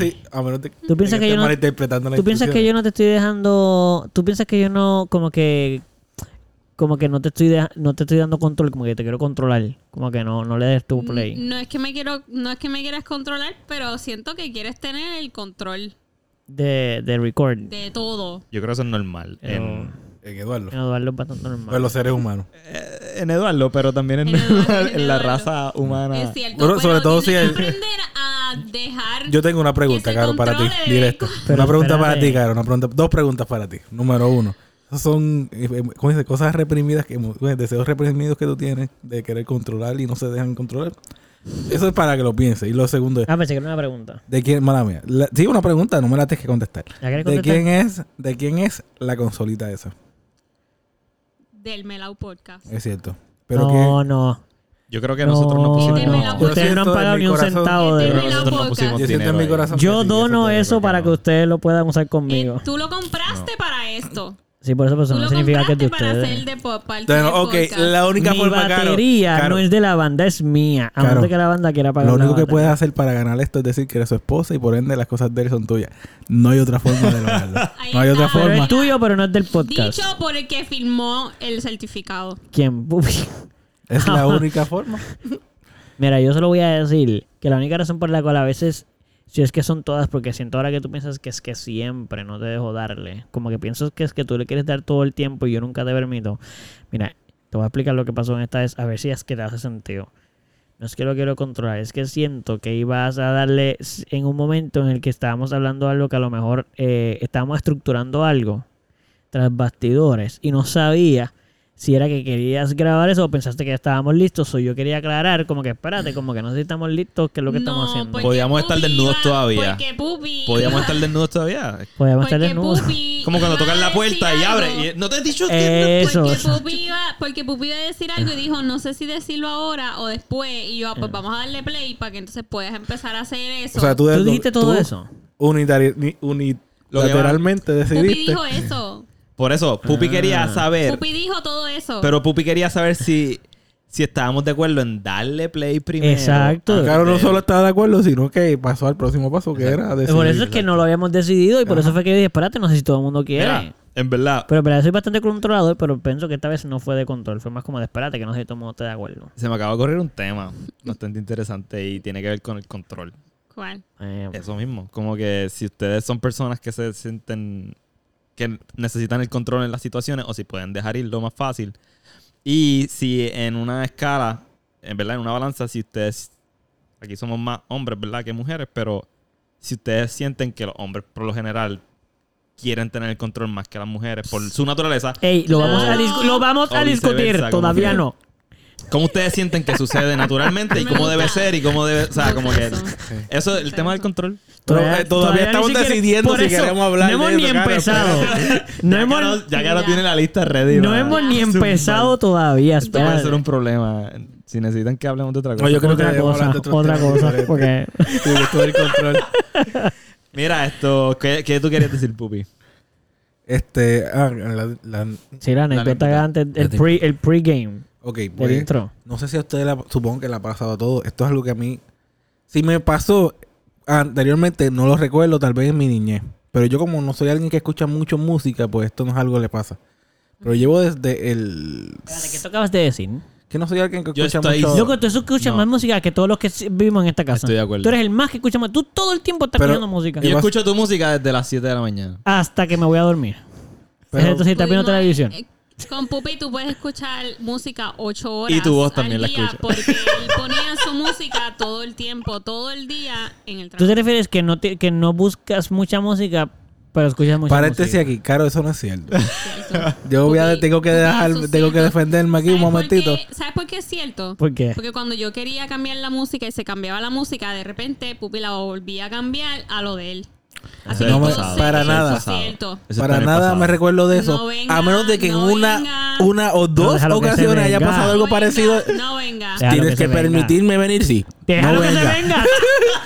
Sí, a menos de ¿Tú de piensas que yo estés no- malinterpretando la ¿Tú piensas que yo no te estoy dejando... Tú piensas que yo no... Como que... Como que no te estoy deja- no te estoy dando control, como que te quiero controlar. Como que no, no le des Mm, tu play. No es que me quiero, no es que me quieras controlar, pero siento que quieres tener el control De, de record. de todo. Yo creo que eso es normal. En, En Eduardo. No, darle bastante normal. Pues los seres humanos. Eh, en Eduardo, pero también en, En Eduardo, en la en Eduardo. raza Ah. humana. Es cierto, Bueno, pero sobre todo tienes si que el- aprender a dejar Yo tengo una pregunta, Que se Caro, para ti, controle. directa. Pero una pregunta para espérate. ti, Caro. Una pregunta, dos preguntas para ti. Número uno. Esas son, eh, eh, ¿cómo dice? Cosas reprimidas, que, emo- eh, deseos reprimidos que tú tienes de querer controlar y no se dejan controlar. Eso es para que lo pienses. Y lo segundo es, Ah, pensé que era una pregunta. ¿de quién, mala mía? La- sí, una pregunta, no me la tienes que contestar. ¿La quieres ¿De contestar? quién es, de quién es la consolita esa? del Melau Podcast. Es cierto. Pero No, que, no. Yo creo que nosotros nos pusimos. Quíteme la no. Ustedes no Yo siento han pagado en mi ni un corazón- centavo Yo creo de... que Quíteme la nosotros nos boca. pusimos yo siento dinero en mi ahí. corazón. que Yo sí, que dono te- eso para que ustedes lo puedan usar conmigo. Eh, tú lo compraste para esto. Sí, por eso pues, Tú no lo significa que es de compraste para ustedes. hacer de po- parte del Bueno, ok, podcast. la única Mi forma, Caro, batería Caro, no es de la banda, es mía. A Claro. menos de que la banda quiera pagar Lo la único que banda. puedes hacer para ganar esto es decir que eres su esposa y por ende las cosas de él son tuyas. No hay otra forma de lograrlo. Ahí No hay otra está. Pero forma. es tuyo, pero no es del podcast. Dicho por el que firmó el certificado. ¿Quién? Es la única forma. Mira, yo solo voy a decir que la única razón por la cual a veces, si es que son todas, porque siento ahora que tú piensas que es que siempre no te dejo darle, como que piensas que es que tú le quieres dar todo el tiempo y yo nunca te permito. Mira, te voy a explicar lo que pasó en esta vez, a ver si es que te hace sentido. No es que lo quiero controlar, es que siento que ibas a darle s- en un momento en el que estábamos hablando algo que a lo mejor eh, estábamos estructurando algo tras bastidores y no sabía si era que querías grabar eso o pensaste que ya estábamos listos o yo quería aclarar como que espérate, como que no sé si estamos listos, qué es lo que estamos No, pues haciendo. porque Podíamos estar Pupi desnudos iba- todavía. Porque Pupi Podíamos iba- estar desnudos todavía. Podemos porque estar desnudos. Pupi Como cuando iba a tocan la puerta y decir abre. algo. y- no te he dicho que. Eso. Porque Pupi, iba, porque Pupi iba a decir algo y dijo, no sé si decirlo ahora o después. Y yo, ah, Eh. pues vamos a darle play para que entonces puedas empezar a hacer eso. O sea, tú, ¿Tú de- dijiste tú todo eso? unitari- ni- unilateralmente Pupi decidiste. dijo eso. Por eso, Pupi quería saber. Pupi dijo todo eso. Pero Pupi quería saber si, si estábamos de acuerdo en darle play primero. Exacto. Caro no solo estaba de acuerdo, sino que pasó al próximo paso que era decidir. por eso es que no lo habíamos decidido y por eso fue que yo dije, espérate, no sé si todo el mundo quiere. Mira, en verdad, Pero, pero soy bastante controlador, pero pienso que esta vez no fue de control, fue más como de espérate, que no sé si todo el mundo está de acuerdo. se me acaba de correr un tema bastante interesante y tiene que ver con el control. ¿Cuál? Eh, Eso mismo. Como que si ustedes son personas que se sienten que necesitan el control en las situaciones o si pueden dejar ir lo más fácil. Y si en una escala, en verdad, en una balanza, si ustedes, aquí somos más hombres, ¿verdad? Que mujeres, pero si ustedes sienten que los hombres por lo general quieren tener el control más que las mujeres por su naturaleza, Eh. Ey, lo vamos a, No. discu- lo vamos a O viceversa, discutir, como todavía que- no. ¿Cómo ustedes sienten que sucede naturalmente y Me cómo gusta. debe ser y cómo debe, o sea, Me como que gusta eso, eso. es el tema del control. Pero, eh, todavía estamos ni siquiera- decidiendo por si eso, queremos hablar No hemos de ni eso, claro, empezado. No ya hemos, que no- ya que no Ya. tiene la lista ready. no va. hemos ni Es un- empezado todavía. Esto puede Espera. ser un problema. Si necesitan que hablemos de otra cosa. No, yo creo que Otra debemos cosa, hablar de otros otra temas cosa. diferentes. Porque Sí, que todo el control. Mira esto. ¿Qué, qué tú querías decir, Pupi? Este, ah, la- la- sí, la anécdota antes, el pre- el pre-game. ok, el pues, intro. No sé si a ustedes la- supongo que le ha pasado a todos. Esto es algo que a mí, si me pasó anteriormente, no lo recuerdo, tal vez en mi niñez. Pero yo como no soy alguien que escucha mucho música, pues esto no es algo que le pasa. Pero llevo desde el... Espérate, ¿qué tú acabas de decir? Que no soy alguien que Yo escucha estoy- mucho... Loco, tú escuchas No. más música que todos los que sí- vivimos en esta casa. Estoy de acuerdo. Tú eres el más que escucha más. Tú todo el tiempo estás Pero- escuchando música. ¿Qué Yo pasa? escucho tu música desde las 7 de la mañana. Hasta que me voy a dormir. Pero- Excepto si estás viendo Pudimos- televisión. eh, Con Pupi tú puedes escuchar música ocho horas. Y tu voz al también la día, escucho. Porque él ponía su música todo el tiempo, todo el día en el ¿Tú te trabajo. refieres que no, te- que no buscas mucha música, pero escuchas mucha Paréntesis música? aquí, Caro, eso no es cierto. ¿cierto? Yo voy a, Pupi, tengo que Pupi, dejar, eso es tengo que cierto. defenderme aquí un ¿Sabes por qué- momentito. ¿Sabes por qué es cierto? ¿Por qué? Porque cuando yo quería cambiar la música y se cambiaba la música, de repente Pupi la volvía a cambiar a lo de él. Eso no que me- yo sé para que eso nada. es cierto. Eso está Para en el nada pasado. me recuerdo de eso. No venga, a menos de que no en una, venga. una o dos déjalo que se ocasiones haya venga. pasado algo No parecido. venga, No venga. Déjalo Tienes que que, se venga. permitirme venir, sí. ¡Déjalo no que venga. se venga!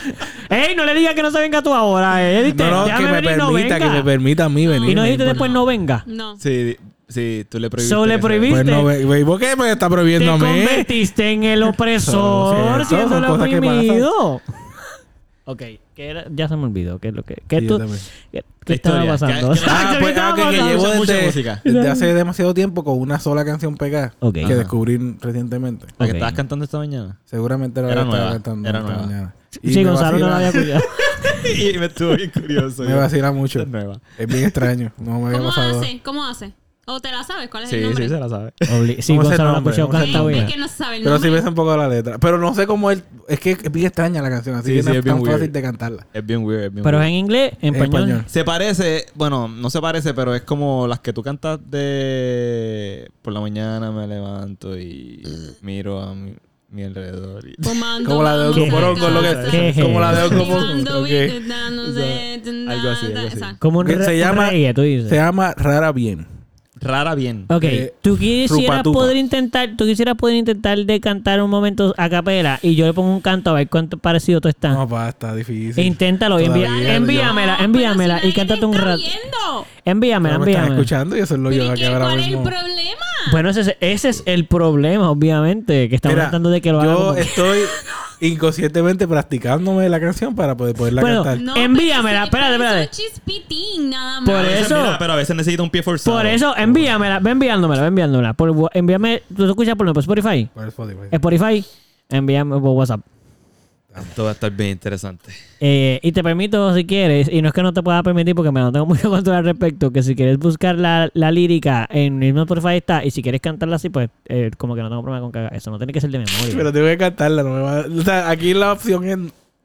¡Ey, no le digas que no se venga tú ahora! eh, ¿viste? No, no, que Déjame me venir, permita, no que venga. me permita a mí venir. Y no me dijiste importa. después no venga. No. Sí, sí, tú le prohibiste. So, le que se- prohibí- Pues no, ¿Viste? ve- ve- ¿por qué me está Te prohibiendo a mí? convertiste en el Eso, opresor eso, siendo son el cosas que oprimido. Ok. ¿Qué era? Ya se me olvidó. ¿Qué es lo que.? ¿Qué, Sí, yo tú- también. qué- qué estaba historia. pasando? ¿Qué- qué- Ah, ¿qué pues, estaba ah, que, que pasando? llevo Mucha desde, música. desde hace demasiado tiempo con una sola canción pegada Ok. que Ajá. descubrí recientemente. La que Ok. estabas cantando esta mañana. Seguramente la Era había estado nueva, cantando era esta nueva. mañana. Y Sí, me Gonzalo no lo vacila- había cuidado. y me estuvo bien curioso. Me vacila mucho. Esta es nueva. Es bien extraño. No me había ¿Cómo pasado. hace? ¿Cómo hace? ¿O te la sabes? ¿Cuál es el Sí, nombre? sí, se la sabe. Obli- Sí, ¿Cómo es el Gonzalo no ha nombre? escuchado ¿Cómo es el cantar Sí, bien. es que no se sabe el Pero sí nombre. me hace un poco la letra. Pero no sé cómo él. Es que es bien extraña la canción, así Sí, que sí, no es es bien tan weird. fácil de cantarla. Es bien weird, es bien Pero es weird. en inglés, en En español. español. Se parece, bueno, no se parece, pero es como las que tú cantas de por la mañana me levanto y miro a mi, mi alrededor. y- Fumando Como la de vamos Oco ¿Qué? a Porongo, lo casa, ¿Qué? que Como la de Oco fumando Porongo. weed, ok. dándose- Algo así, algo así. Exacto. Como un, Que re- se un llama- reggae, tú dices. Se llama Rara Bien. Rara bien. Ok, Eh, tú quisieras Rupa Tupa. poder intentar, tú quisieras poder intentar de cantar un momento a capela y yo le pongo un canto a ver cuánto parecido tú estás. No, pa, está difícil. Ah. Inténtalo, envía- Todavía yo- envíamela, No, envíamela pero si y cántate un nadie te rato. está viendo. Envíamela, No me están envíamela. escuchando y eso es lo que Pero yo ¿y qué? que ahora ¿Cuál es el mismo. problema? Bueno, ese es, ese es el problema, obviamente, que estamos Mira, tratando de que lo haga. Yo como- estoy inconscientemente practicándome la canción para poder poderla Bueno, cantar. No, Envíamela, pero eso- espérate, pero eso espérate. es chispitín, nada más. Por e- A veces, eso- mira, pero a veces necesito un pie forzado. Por eso, envíamela, ve enviándomela, ve enviándomela. Por, wa- envíame, ¿tú te escuchas por, por Spotify? Por Spotify. Spotify, envíame por WhatsApp. Esto va a estar bien interesante. Eh, y te permito, si quieres, y no es que no te pueda permitir porque me no tengo mucho control al respecto, que si quieres buscar la, la lírica en el mismo Spotify está, y si quieres cantarla así, pues eh, como que no tengo problema con cagar. Eso no tiene que ser de memoria. Pero tengo que cantarla, no me va- O sea, aquí la opción es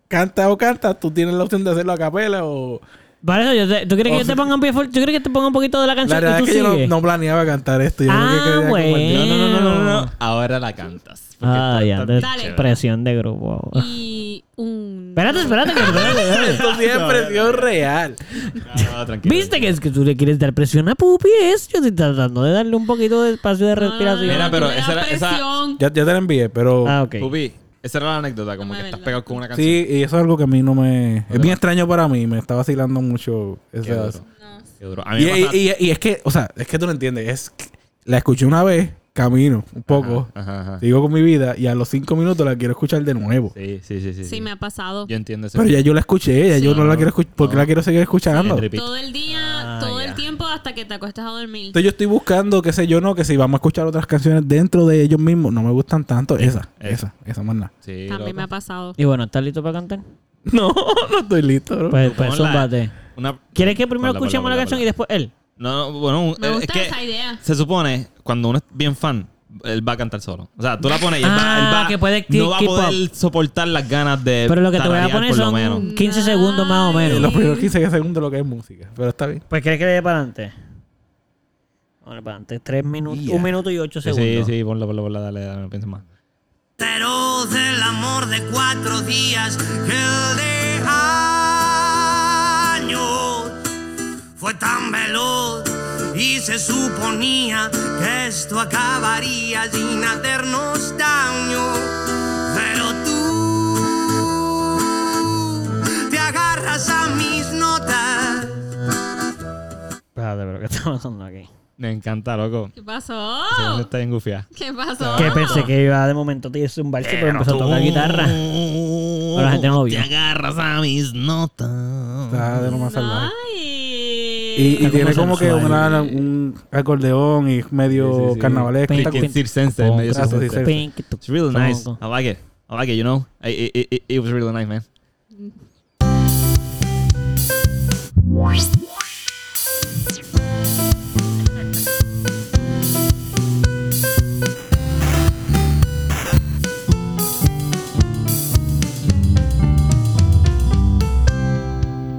canta o canta, tú tienes la opción de hacerlo a capela o. Para eso, yo te- ¿tú crees O que yo te sea- ponga un pie fuerte? ¿Tú crees que te ponga un poquito de la La canción verdad y es tú que yo no, sigues? no planeaba cantar esto. Yo Ah, creo que quería compartir. No, no, no, no, no, no. Ahora la cantas. porque Ah, esto ya, está bien entonces, chévere. presión de grupo. Y un... Espérate, espérate, que- espérate, espérate. Esto sí es presión real. No, no, Ah, tranquilo. ¿Viste que es que tú le quieres dar presión a Pupi? Es, yo estoy tratando de darle un poquito de espacio de No, no, no, respiración. no, Mira, tú pero me das esa era- esa- presión. Ya, ya te la envié, pero. Ah, ok. Pupi, esa era la anécdota, como No me que estás verdad. pegado con una canción. sí, y eso es algo que a mí no me. Es bien extraño para mí, me está vacilando mucho. Qué Esas, duro. No. Qué duro. A mí Y, me pasa- y- y- y es que, o sea, es que tú no entiendes. Es que la escuché una vez, camino un poco, Ajá, ajá. sigo con mi vida y a los cinco minutos la quiero escuchar de nuevo. Sí, sí, sí, sí. Sí, sí. me ha pasado. Yo entiendo eso. Pero ya yo la escuché, ya yo Sí. no la quiero escuchar. ¿Por qué No. la quiero seguir escuchando? En repeat. Todo el día, Ah, todo el ya. tiempo hasta que te acuestas a dormir. Entonces yo estoy buscando, qué sé yo, no, que si vamos a escuchar otras canciones dentro de ellos mismos, no me gustan tanto. Esa, esa. esa, esa más nada. Sí, También me ha loco. pasado. Y bueno, ¿estás listo para cantar? No, no estoy listo, bro. Pues, Ponla. pues zúmbate. Una... ¿Quieres que primero Ponla, ponla, escuchemos la ponla, canción ponla. y después él? No, no, bueno, Me eh, gusta es que esa idea. se supone cuando uno es bien fan, él va a cantar solo. O sea, tú la pones y él, Ah, va, él va- que puede no va a keep poder soportar las ganas de Pero lo que te voy a tararear, poner por lo menos. son 15 segundos más o Eh, Los menos. primeros 15 segundos de lo que es música, pero está bien. Pues ¿quieres que le dé para adelante? Vamos para adelante. Tres minutos. Ya. Un minuto y ocho Sí, sí, segundos. sí, ponla, ponla, ponla, dale, dale, no pienses más. Pero del amor de cuatro días, el de años fue tan veloz y se suponía que esto acabaría sin hacernos daño. Pero tú te agarras a mis notas. Espérate, pero ¿qué está pasando aquí? Me encanta, loco. ¿Qué pasó? Se ve que Está bien gufiada. ¿Qué pasó? Ah. Que pensé que iba de momento te hice un balse, pero empezó a tocar Pues guitarra. Pero la gente no lo vio. Te agarras a mis notas. Está de lo más salvaje. Ah. Ay. Y, y Está tiene como Ah. como que sensual. una- un acordeón y medio Sí, sí, sí. carnavalesco. Pink, Está Circense, cool. pink. circense, en medio Gracias, circense. Circense. Pink, tuc, It's really nice. tongo. I like it. I like it, you know? I- It, it- it- it was really nice, man.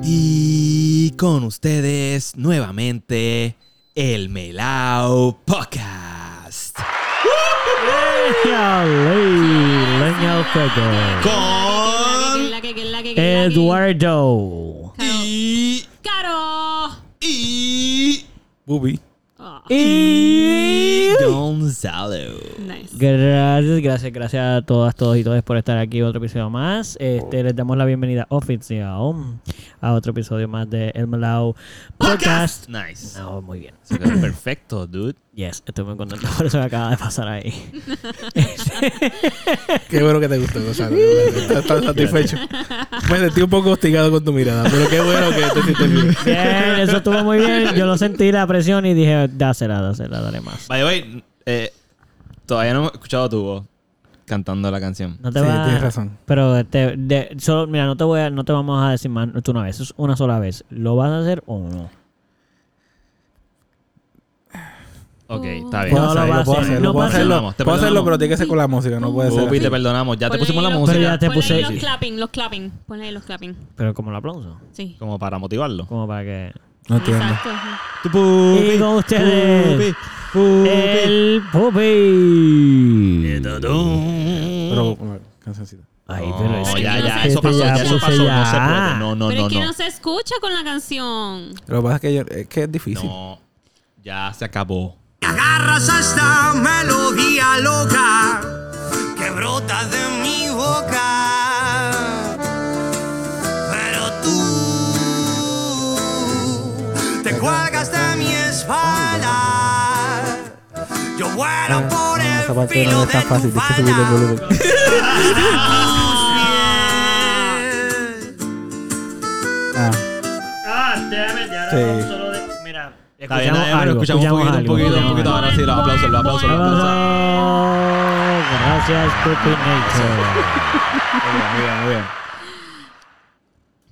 Y con ustedes nuevamente el Melao Podcast. Leña, ley, leña, fuego. Con La que, que, la que, que, la que. Eduardo. y Caro. y Bubi. Oh, Y... Gonzalo. nice. Gracias, gracias, gracias a todas, todos y todas por estar aquí otro episodio más. Este, les damos la bienvenida oficial a otro episodio más de El Melao Podcast. Nice. No, muy bien. Se quedó Perfecto, dude. Yes, estoy muy contento por eso que acaba de pasar ahí. Qué bueno que te gustó, Gonzalo. Estás tan satisfecho. Me sentí un poco hostigado con tu mirada, pero qué bueno que te sientes bien. Bien, eso estuvo muy bien. Yo lo sentí la presión y dije, dásela, dásela, dale más. By the way, eh, todavía no hemos escuchado tu voz cantando la canción. No te Sí, va- tienes razón. Pero te- de- solo, mira, no te voy a, no te vamos a decir más tú una vez, es una sola vez. ¿Lo vas a hacer o no? Ok, está bien. Puedo No, lo hacerlo, va a puedo hacer, hacerlo, no puedo pasa hacerlo. nada. Te Puedo hacerlo, perdonamos. pero tiene que ser con la música, no puede Pupi, te ser. perdonamos. Ya te Ponle pusimos la ahí los- música Pero ya te ponle ahí puse- los clapping, los clapping. Ponle ahí los clapping. Pero como el aplauso, Sí. como para motivarlo. como para que... No entiendo. Exacto. ajá. Pupi, Y con ustedes, Pupi, el Pupi. Pero una cancioncita. Ay, pero No, es que ya, no ya, sé, eso este pasó, ya ya eso puse pasó, no se ya. puede. No, no, Pero no, es que no. no. se escucha con la canción. Lo que pasa es que, yo- es, que es difícil. No, ya se acabó. Agarras a esta melodía loca que brota de mi boca. Pero tú te cuelgas de mi espalda. Yo vuelo por Ah, esa el parte filo no de es tan tu fácil, tienes que subir el falda. volumen. Ah, Sí. Mira, Está bien, nada, pero escuchamos un poquito, un poquito, un poquito. Ahora sí, los aplausos, los aplausos, los aplausos. Gracias, Pupi Nature. Muy bien, muy bien, muy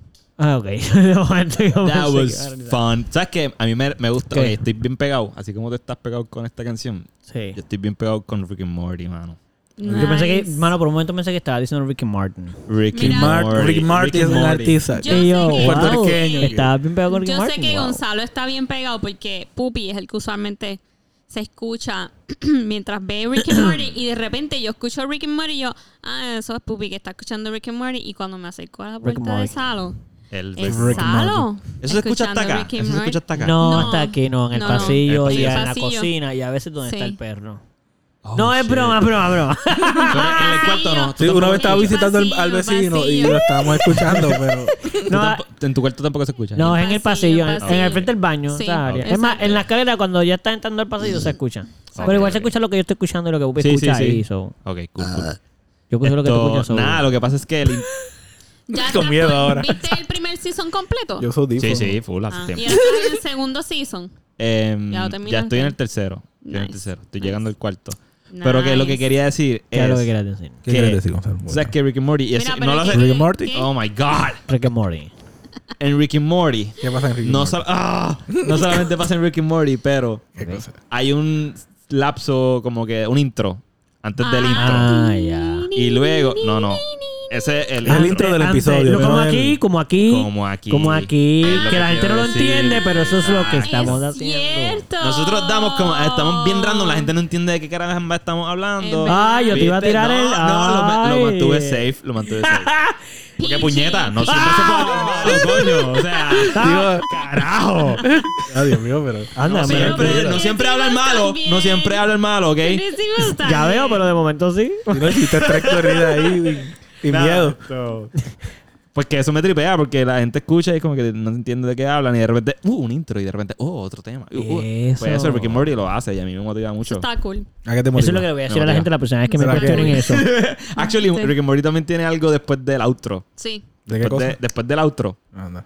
bien. Ah, ok. De momento yo That pensé was que- fun. ¿Sabes qué? A mí me, me gusta. ¿Qué? Oye, estoy bien pegado. Así como tú estás pegado con esta canción, Sí. yo estoy bien pegado con Rick and Morty, mano. Yo pensé que, Nice. mano, por un momento pensé que estaba diciendo Ricky Martin. Rick Mira. and Mar- Morty. Rick Marty es and un Morty. artista. Yo y yo, sé que- wow, Puertorriqueño. Estaba bien pegado con Ricky Yo Martin. sé que wow. Gonzalo está bien pegado porque Pupi es el que usualmente se escucha mientras ve Rick and Morty y de repente yo escucho Rick and Morty y yo, ah, eso es Pupi que está escuchando Rick and Morty y cuando me acerco a la Rick and puerta de Morty. Salo, El Rick es and Morty. Salo. Eso se escucha hasta escuchando acá. Rick and Eso se escucha Morty. hasta acá. No, No. hasta aquí, no, en el No, no. pasillo El y en la pasillo. cocina y a veces donde está Sí. el perro. Oh, no, es shit. broma, es broma, es broma. Pero En el cuarto no. Sí, una vez estaba Sí, visitando al, pasillo, al vecino y pasillo. lo estábamos escuchando, pero Tú No, tampo- En tu cuarto tampoco se escucha. ah, No, es en el pasillo, Pasillo, en- en el pasillo. frente del baño. Sí, esa área. exacto. Es más, en la escalera cuando ya está entrando al pasillo se escucha. Pero igual se escucha lo que yo estoy escuchando y lo que pues, Pupi escucha ahí. so, Ok, cool, cool. Ah. Yo escucho lo que tú Esto- escuchas. so- Nada, lo que pasa es que... el in- Ya Con estás miedo por- ahora. ¿Viste el primer season completo? yo soy Sí, audífono. sí, full, hace Ah, tiempo. y ahora estás en el segundo season. Em, Ya lo ya, terminaste. estoy en el tercero. Estoy en el Nice, tercero. Estoy nice. llegando al cuarto. Pero que lo que Nice. quería decir ¿Qué es lo que es... quieras decir? ¿Qué ¿Qué? quieres decir, Gonzalo? O sea, que Rick and Morty... es- Mira, pero no lo es hace... que- Rick and Morty. ¿qué? Oh, my God. Rick and Morty. En Rick and Morty... ¿Qué pasa en Rick and No, Morty? sol- ¡Ah! no solamente pasa en Rick and Morty, pero ¿Qué cosa? hay un lapso, como que un intro, antes del intro. Ah, ya. Y luego, no, no. Ese es el, El intro del Antes, episodio, lo- como no aquí, el- como aquí. Como aquí. Como aquí. Es lo que la que gente no quiero lo decir. entiende, pero eso es lo que Ah, estamos Ah, es haciendo. cierto. Nosotros damos como, ah, estamos bien random, la gente no entiende de qué caramba estamos hablando. Es verdad. Ah, yo te iba a ¿Viste? tirar no, el. No, lo, Ay. lo mantuve safe, lo mantuve safe. Porque Pichi. puñeta, no siempre se Ah. puede hablar, coño. O sea, Digo, carajo. ah, Dios mío, pero... Anda, No me lo siempre, entendieron. no siempre habla el malo, no siempre habla el malo, ¿ok? Sí, sí, me gusta. Ya veo, pero de momento sí. Si no hiciste tres corridas ahí y, y Nada, miedo. so- Pues que eso me tripea porque la gente escucha y es como que no entiende de qué hablan y de repente, uh, un intro y de repente, oh, otro tema. Uh, uh. Eso. Pues eso Rick and Morty lo hace y a mí me motiva Eso mucho. está cool. ¿A qué te Eso es motiva? lo que le voy a No, decir a la tío. gente la próxima vez que me ¿Será que- cuestionen eso. Actually, Sí. Rick and Morty también tiene algo después del outro. Sí. ¿De qué Después, cosa? Pues Ah, de- después del outro Anda.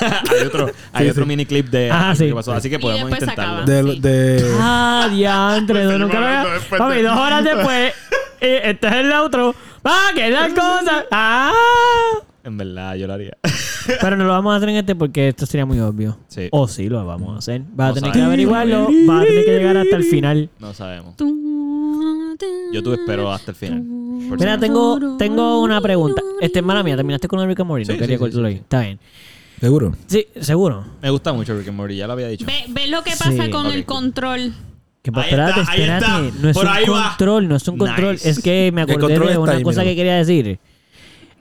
hay otro, hay otro mini clip de Ah, algo sí. que pasó, así que Y podemos después se intentarlo. acaba. De, Sí. de- Ah, diantre, no, nunca lo había. Papi, dos horas después, eh, este es el outro. ¡Ah, que la cosa! ¡Ah! En verdad, yo lo haría. Pero no lo vamos a hacer en este porque esto sería muy obvio. Sí. O sí lo vamos a hacer. Vas a No tener que sabemos. averiguarlo. Vas a tener que llegar hasta el final. No sabemos. Tú- Yo tú espero hasta el final. por si Mira, acaso. tengo, tengo una pregunta. Este, mala mía, terminaste con Enrique Morino. Sí, quería sí, sí, cortarlo ahí. Está bien. ¿Seguro? Sí, seguro. Me gusta mucho Rick and Morty, ya lo había dicho. Ve, ve lo que pasa Sí. con Ok, el cool. control. Que pa- Ahí espérate, está, ahí espérate. está. No es Por un ahí va. control, no es un control. Nice. Es que me El acordé control de está una ahí, cosa míralo. que quería decir.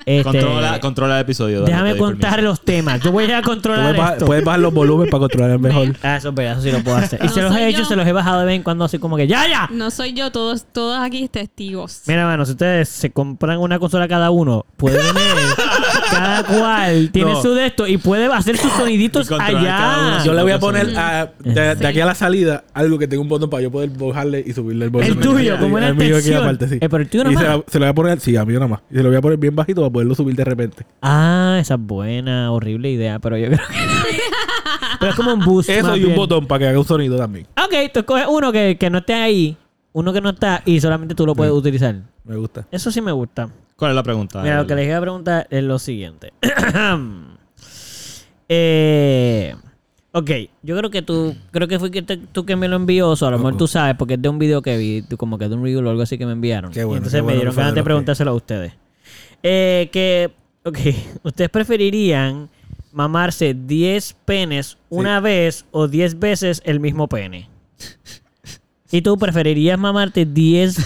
Este, Controla, controla el episodio. dale, te déjame doy contar permiso. los temas. Yo voy a controlar Puedes, bajar, Ah, esto. puedes bajar los volúmenes para controlar mejor. Ah, eso es verdad, eso sí lo puedo hacer. Y No se los he soy hecho, yo. se los he bajado de vez en cuando así como que ¡Ya, ya! No soy yo, todos, todos aquí testigos. Mira, mano, si ustedes se compran una consola cada uno, pueden ir. cada cual tiene No. su de esto y puede hacer sus soniditos Y controlar cada uno allá. su Yo le voy a Controlar poner sonido. a- de, de aquí a la salida algo que tenga un botón para yo poder bajarle y subirle el volumen. El tuyo, como una El mío aquí extensión. aparte, sí. Eh, pero el tuyo y nomás. se, la- se lo voy a poner, sí, a mí nada más. Y se lo voy a poner bien bajito para poderlo subir de repente. Ah, esa es buena, horrible idea, pero yo creo que. pero es como un boost. Eso más y un bien. botón para que haga un sonido también. Ah, Ok, tú coges uno que, que no esté ahí, uno que no está y solamente tú lo puedes Sí. utilizar. Me gusta. Eso sí me gusta. ¿Cuál es la pregunta? Mira, lo que les iba a preguntar es lo siguiente. Eh, ok, yo creo que tú, creo que fue que te- tú que me lo envió, o a lo mejor tú sabes, porque es de un video que vi, tú como que de un review o algo así que me enviaron. Qué Y bueno, entonces qué me bueno dieron que fue ganas de de los que- preguntárselo a ustedes. Eh, que, ok, ¿ustedes preferirían mamarse 10 penes una vez o 10 veces el mismo pene? ¿Y tú preferirías mamarte 10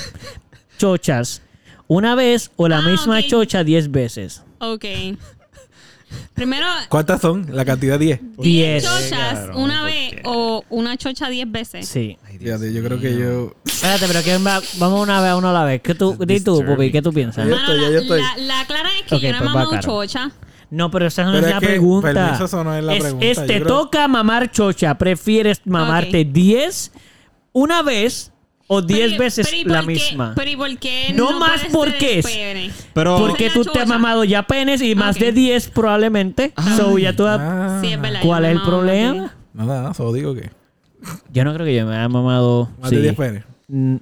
chochas una vez o la Ah, misma ok. chocha 10 veces? Ok. Primero, ¿Cuántas son? La cantidad 10. 10 10. chochas Claro, una ¿por vez qué? o una chocha 10 veces. Sí. Fíjate, yo creo que yo. Espérate, pero ¿quién va? vamos una vez, uno a la vez. ¿Qué tú, di tú, disturbing. Pupi, ¿qué tú piensas? Yo Mano, estoy, la, yo estoy. la- la clara es que Ok, yo no he pues va, mamado Caro. chocha. No, pero esa no Pero es es la que, pregunta. permiso, eso no es la pregunta, es yo te creo- toca mamar chocha. ¿Prefieres mamarte 10 una vez o 10 Pero- veces pero ¿y la por qué- misma? Pero ¿y por qué No más puede por ser qué es. pene? Pero, ¿Por Porque la tú te chocha. has mamado ya penes y más Ok. de 10 probablemente. so ya tú has- Ah, Sí, es verdad, yo ¿Cuál me es el mamaba más de problema? diez. Nada, nada, solo digo que. Yo no creo que yo me haya mamado. Más sí. de 10 penes. Mm.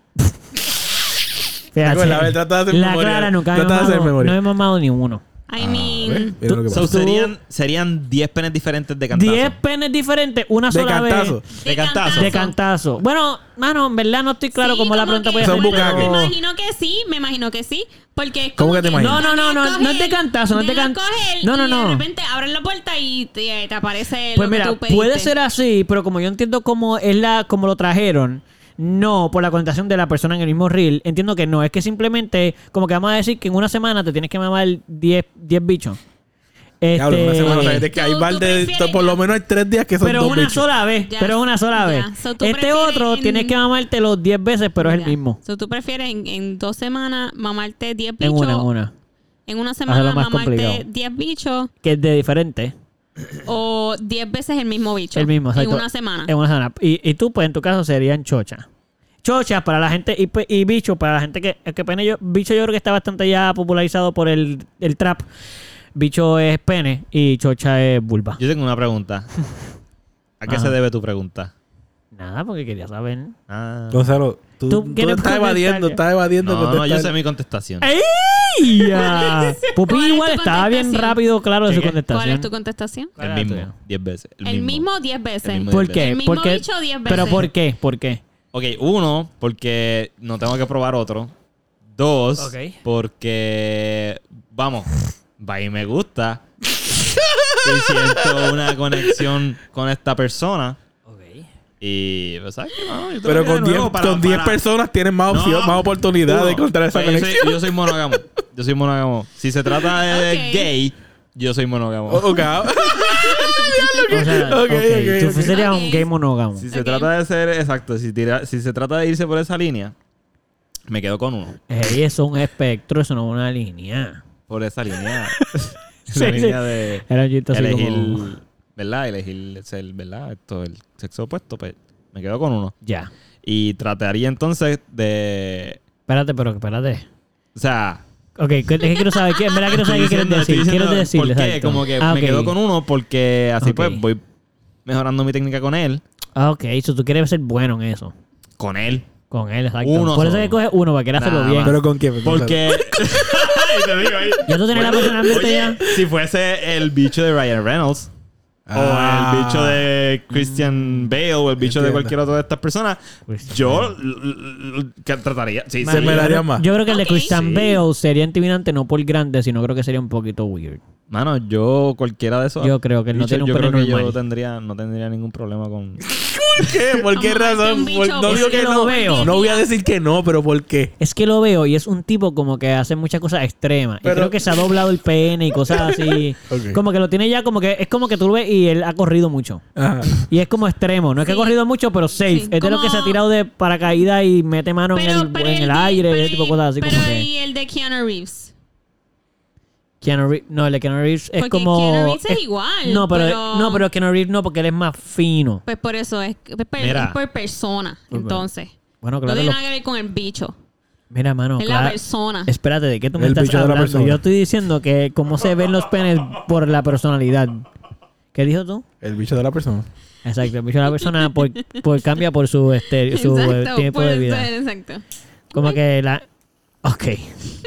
Fíjate. Recuerda, a ver, trata de hacer la memoria. Clara nunca me he Trata de hacer mamado- memoria. No he mamado ni uno. Ah, I A ver, mean, pues, mira lo que So, pasa. serían, serían 10 penes diferentes de cantazo. 10 penes diferentes, una De sola cantazo. vez. De cantazo. De cantazo. Bueno, mano, en verdad no estoy claro Sí, cómo la como pregunta que- puede Son ser. bucaques. Me pero- imagino que sí, me imagino que sí. Porque es ¿Cómo como que te imaginas? No, no, no, no, coger- no es de cantazo, no es de can- coger No, no, y De no. repente abres la puerta y te, te aparece Pues lo que mira, tú pediste. puede ser así, pero como yo entiendo cómo es la, como lo trajeron, no por la connotación de la persona en el mismo reel, entiendo que no. Es que simplemente, como que vamos a decir que en una semana te tienes que mamar 10 10 bichos. Diablo, una Este, semana. o sea, es que hay Tú- balde- tú prefieres- Por lo menos hay 3 días que son pero dos una bichos. sola vez, Ya. pero una sola Ya. vez. So, tú este prefieres otro en- tienes que mamártelo 10 veces, pero es Ya. el mismo. So, ¿Tú prefieres en, en dos semanas mamarte 10 En bichos? una, en una. en una semana más mamarte complicado. 10 bichos Que es de diferente. o 10 veces el mismo bicho. El mismo, En exacto. una semana. En una semana. Y, y tú, pues, en tu caso serían chochas. Chochas para la gente y, pe- y bicho para la gente que, que pene yo, bicho yo creo que está bastante ya popularizado por el, el trap. Bicho es pene y chocha es vulva. Yo tengo una pregunta. ¿A qué Ajá. se debe tu pregunta? Nada, porque quería saber. Ah. Gonzalo, tú, tú Tú quieres estás contestar evadiendo, ya. estás evadiendo. No, no, yo contestar. sé mi Eh, contestación. ¡Ey! ya! Pupi ¿Cuál es igual tu estaba bien contestación? rápido, claro, de su ¿Qué? contestación. ¿Cuál es tu contestación? ¿Cuál El era la mismo, 10 veces. El, El mismo. mismo 10 veces. El mismo ¿Por diez qué? veces. El mismo ¿Por qué? bicho 10 veces. ¿Pero por qué? ¿Por qué? Ok, uno, porque no tengo que probar otro. Dos, Ok. porque, vamos, va y me gusta. y siento una conexión con esta persona. Y, pues, ¿sabes qué, mano? Yo tengo Pero que con de nuevo 10 para- con 10 para- personas tienes más opción, No, más oportunidad uno. de encontrar esa Pues, yo conexión. soy- Yo soy monógamo. Yo soy monógamo. Si se trata de Ok. gay, yo soy monógamo. Oh, ok. O sea, Ok, ok, ok, tú ok. serías un Ok. gay monógamo. Si se Ok. trata de ser, exacto, si, tira- si se trata de irse por esa línea, me quedo con uno. Ey, eso es un espectro, eso no es una línea. Por esa línea. Sí, la sí. línea de Era un chiste así elegir, como- ¿verdad? Elegir ser, ¿verdad? Esto, el sexo opuesto, pues me quedo con uno. Ya. Y trataría entonces de, Espérate, pero espérate. o sea... Ok, es que quiero saber, qué- en verdad quiero saber qué estoy quieres diciendo- estoy decir. Quiero diciendo decir, ¿Por qué? exacto. Como que Ah, me ok. quedo con uno porque así Ok. pues voy mejorando mi técnica con él. Ah, ok, eso tú quieres ser bueno en eso. Con él. Con él, exacto. Uno Por eso solo. que coges uno, para querer hacerlo Nada bien. más. Pero con quién? Porque... Y te digo ahí. Ya tú tenés la Bueno, personalmente oye, ya. Si fuese el bicho de Ryan Reynolds. Ah. o el bicho de Christian Bale o el bicho de Entiendo. cualquier otra de estas personas, Christian yo l- l- que trataría. Sí, Mano, me sería- yo, daría creo- más. yo creo que el de Ok. Christian Sí. Bale sería intimidante, no por grande, sino creo que sería un poquito weird. Mano, yo cualquiera de esos. Yo creo que él no bichos, tiene un yo creo pelo que yo normal. tendría, no tendría ningún problema con. ¿Qué? ¿Por qué Vamos a hacer razón? un Por- bicho no, Es digo que que lo no. veo. no voy a decir que no, pero ¿por qué? Es que lo veo y es un tipo como que hace muchas cosas extremas. Pero- Y creo que se ha doblado el pene y cosas así. Ok. Como que lo tiene ya como que es como que tú lo ves y él ha corrido mucho. Ajá. Y es como extremo. No es que ha Sí. corrido mucho, pero safe. Sí, Es de los que como- se ha tirado de paracaídas y mete mano en el, en el de- aire y pero ese tipo de cosas así pero como que... y el de Keanu Reeves. Keanu Reeves, no, el de Keanu Reeves es Porque como... Keanu Reeves es es- igual, No, pero, pero- no, pero Keanu Reeves no, porque él es más fino. Pues por eso es, es por, Mira. es por persona, entonces. Bueno, No claro. tiene lo- nada que ver con el bicho. Mira, mano, es la claro- persona. Espérate, ¿de qué tú me El estás bicho de la hablando? persona. Yo estoy diciendo que cómo se ven los penes por la personalidad. ¿Qué dijo tú? El bicho de la persona. Exacto, el bicho de la persona por, por- cambia por su, este, su eh, tiempo puede de vida. ser, exacto. Como que la... Ok.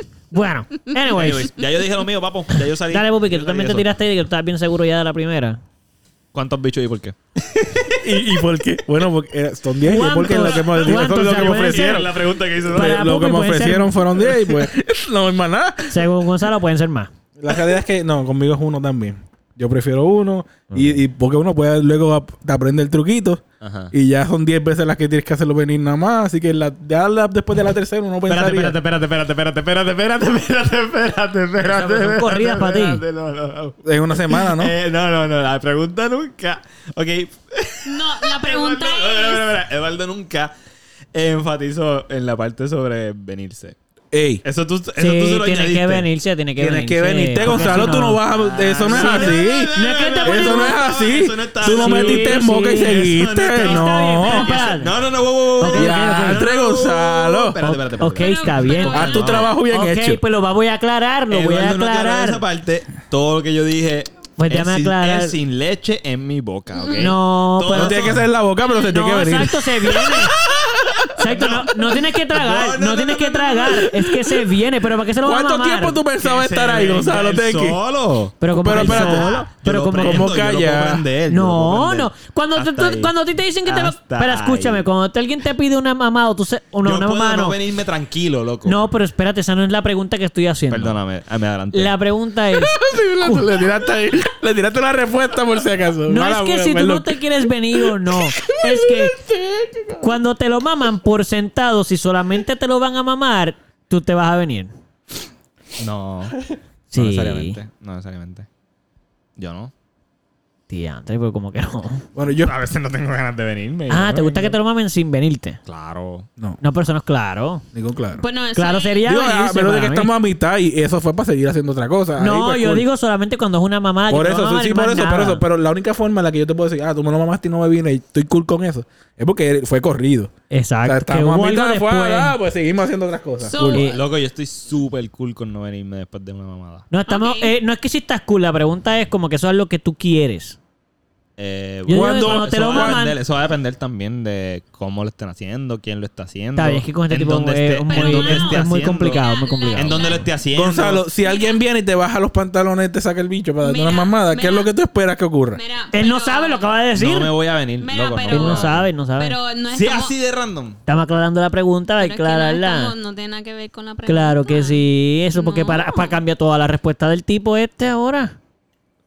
Bueno, anyways. Anyways, ya yo dije lo mío, papo. Ya yo salí. Dale, Pupi, que Yo tú salí también de te eso. tiraste y que tú estabas bien seguro ya de la primera. ¿Cuántos bichos y por qué? ¿Y, y por qué? Bueno, porque eh, son 10 y es porque ¿Cuántos- lo que, me- cuántos lo se que me pueden ofrecieron. la pregunta que hizo. Para lo Pupi que me puede ser- ofrecieron fueron 10 y pues no es más nada. Según Gonzalo, pueden ser más. La realidad es que no, conmigo es uno también. Yo prefiero uno y, y porque uno puede luego ap- te aprende el truquito Ajá. y ya son 10 veces las que tienes que hacerlo venir nada más. Así que la, ya la- después de la tercera uno pensaría... Espérate, espérate, espérate, espérate, espérate, espérate, espérate, espérate, espérate, espérate. son espérate, corridas pa' ti. espérate, No, no, no. En una semana, ¿no? Eh, no, no, no, la pregunta nunca. Ok. No, la pregunta Eduardo, espera, espera, es... espera. Eduardo nunca enfatizó en la parte sobre venirse. Ey, Eso tú, eso Sí, tú se lo tiene añadiste. que venirse, tiene que eh, tienes venirse. que venirte, porque Gonzalo. si Tú no no- vas a... Eso no es Ah, así. No es que te Eso no es así. Eso no está Tú no así. metiste en boca y sí, seguiste. eso no está No. bien, Eso- No, no, no, wow, wow, wow, Ok, wow. Ya, ok, ok. entre Espérate, Gonzalo. espérate, espérate. Ok, está bien. Haz tu trabajo bien ok, hecho. pues lo va- voy a aclarar, lo voy a Eh, Eduardo no aclaró aclarar. esa parte, todo lo que yo dije. Pues es déjame sin- aclarar. es sin leche en mi boca, ¿ok? No, pues Todo pero- No tiene que ser en la boca, pero se tiene no, que venir. exacto, se viene. Exacto, no, no tienes que No, tragar, no, no, no, tienes no, que no, no, tragar. Es que se viene, pero ¿para qué se lo va a mamar? ¿Cuánto tiempo tú pensabas Que estar se ahí, venga Gonzalo? él Tenki? Solo. Pero como Pero que espérate. solo, pero como prendo. ¿Cómo calla? No, no. Cuando, te- tú- cuando a ti te dicen que te va... Pero escúchame, cuando te- alguien te pide una mamada, o tú se... o no, no, una yo puedo mamada no no. venirme tranquilo, loco. No, pero espérate, esa no es la pregunta que estoy haciendo. Perdóname, ah, me adelanté. La pregunta es... Sí, le- le tiraste ahí- le tiraste la respuesta por si acaso. No Mala, es que bueno, si tú perdón. no te quieres venir o no. Es que cuando te lo maman por sentado, si solamente te lo van a mamar, tú te vas a venir. No. Sí. No necesariamente. No necesariamente. Yo no. Tía, Andrés, pero como que no. Bueno, yo. A veces no tengo ganas de venirme. Ah, ¿te gusta que te lo mamen sin venirte? Claro. No, No, pero eso no es claro. digo claro. Pues, Bueno, eso Claro es- sería Digo, venirse ah, pero de que para mí. estamos a mitad y eso fue para seguir haciendo otra cosa. Ahí, No, pues, yo cool. digo solamente cuando es una mamada. que Por te van eso, a sí, mamar sí, por eso, más por nada. eso. Pero la única forma en la que yo te puedo decir, ah, tú me lo mamaste y no me vine y estoy cool con eso, es porque fue corrido. O sea, Exacto. que estamos hubo a algo mitad, fue, después. ah, pues seguimos haciendo otras cosas. So- Cool. Eh, Loco, yo estoy súper cool con no venirme después de una mamada. No, estamos, Ok. eh, no es que si estás cool, la pregunta es como que eso es lo que tú quieres. Eh, Yo digo que cuando te eso lo va a maman- depender- Eso va a depender también de cómo lo estén haciendo, quién lo está haciendo. Está bien, es que con este en tipo dónde eh, esté- es muy- en dónde no, esté es muy haciendo, complicado, muy complicado. En dónde lo esté haciendo. Gonzalo, si alguien viene y te baja los pantalones y te saca el bicho para darte una Mira, mamada, ¿qué es mira. lo que tú esperas que ocurra? Mira, Él no pero- sabe lo que va a decir. No me voy a venir. Mira, loco, pero- Él no sabe, no sabe. Pero no es Si es como- así de random. Estamos aclarando la pregunta, hay pero que es que no es aclararla. como- no tiene nada que ver con la pregunta. Claro que sí, eso porque No. para, para cambiar toda la respuesta del tipo este ahora.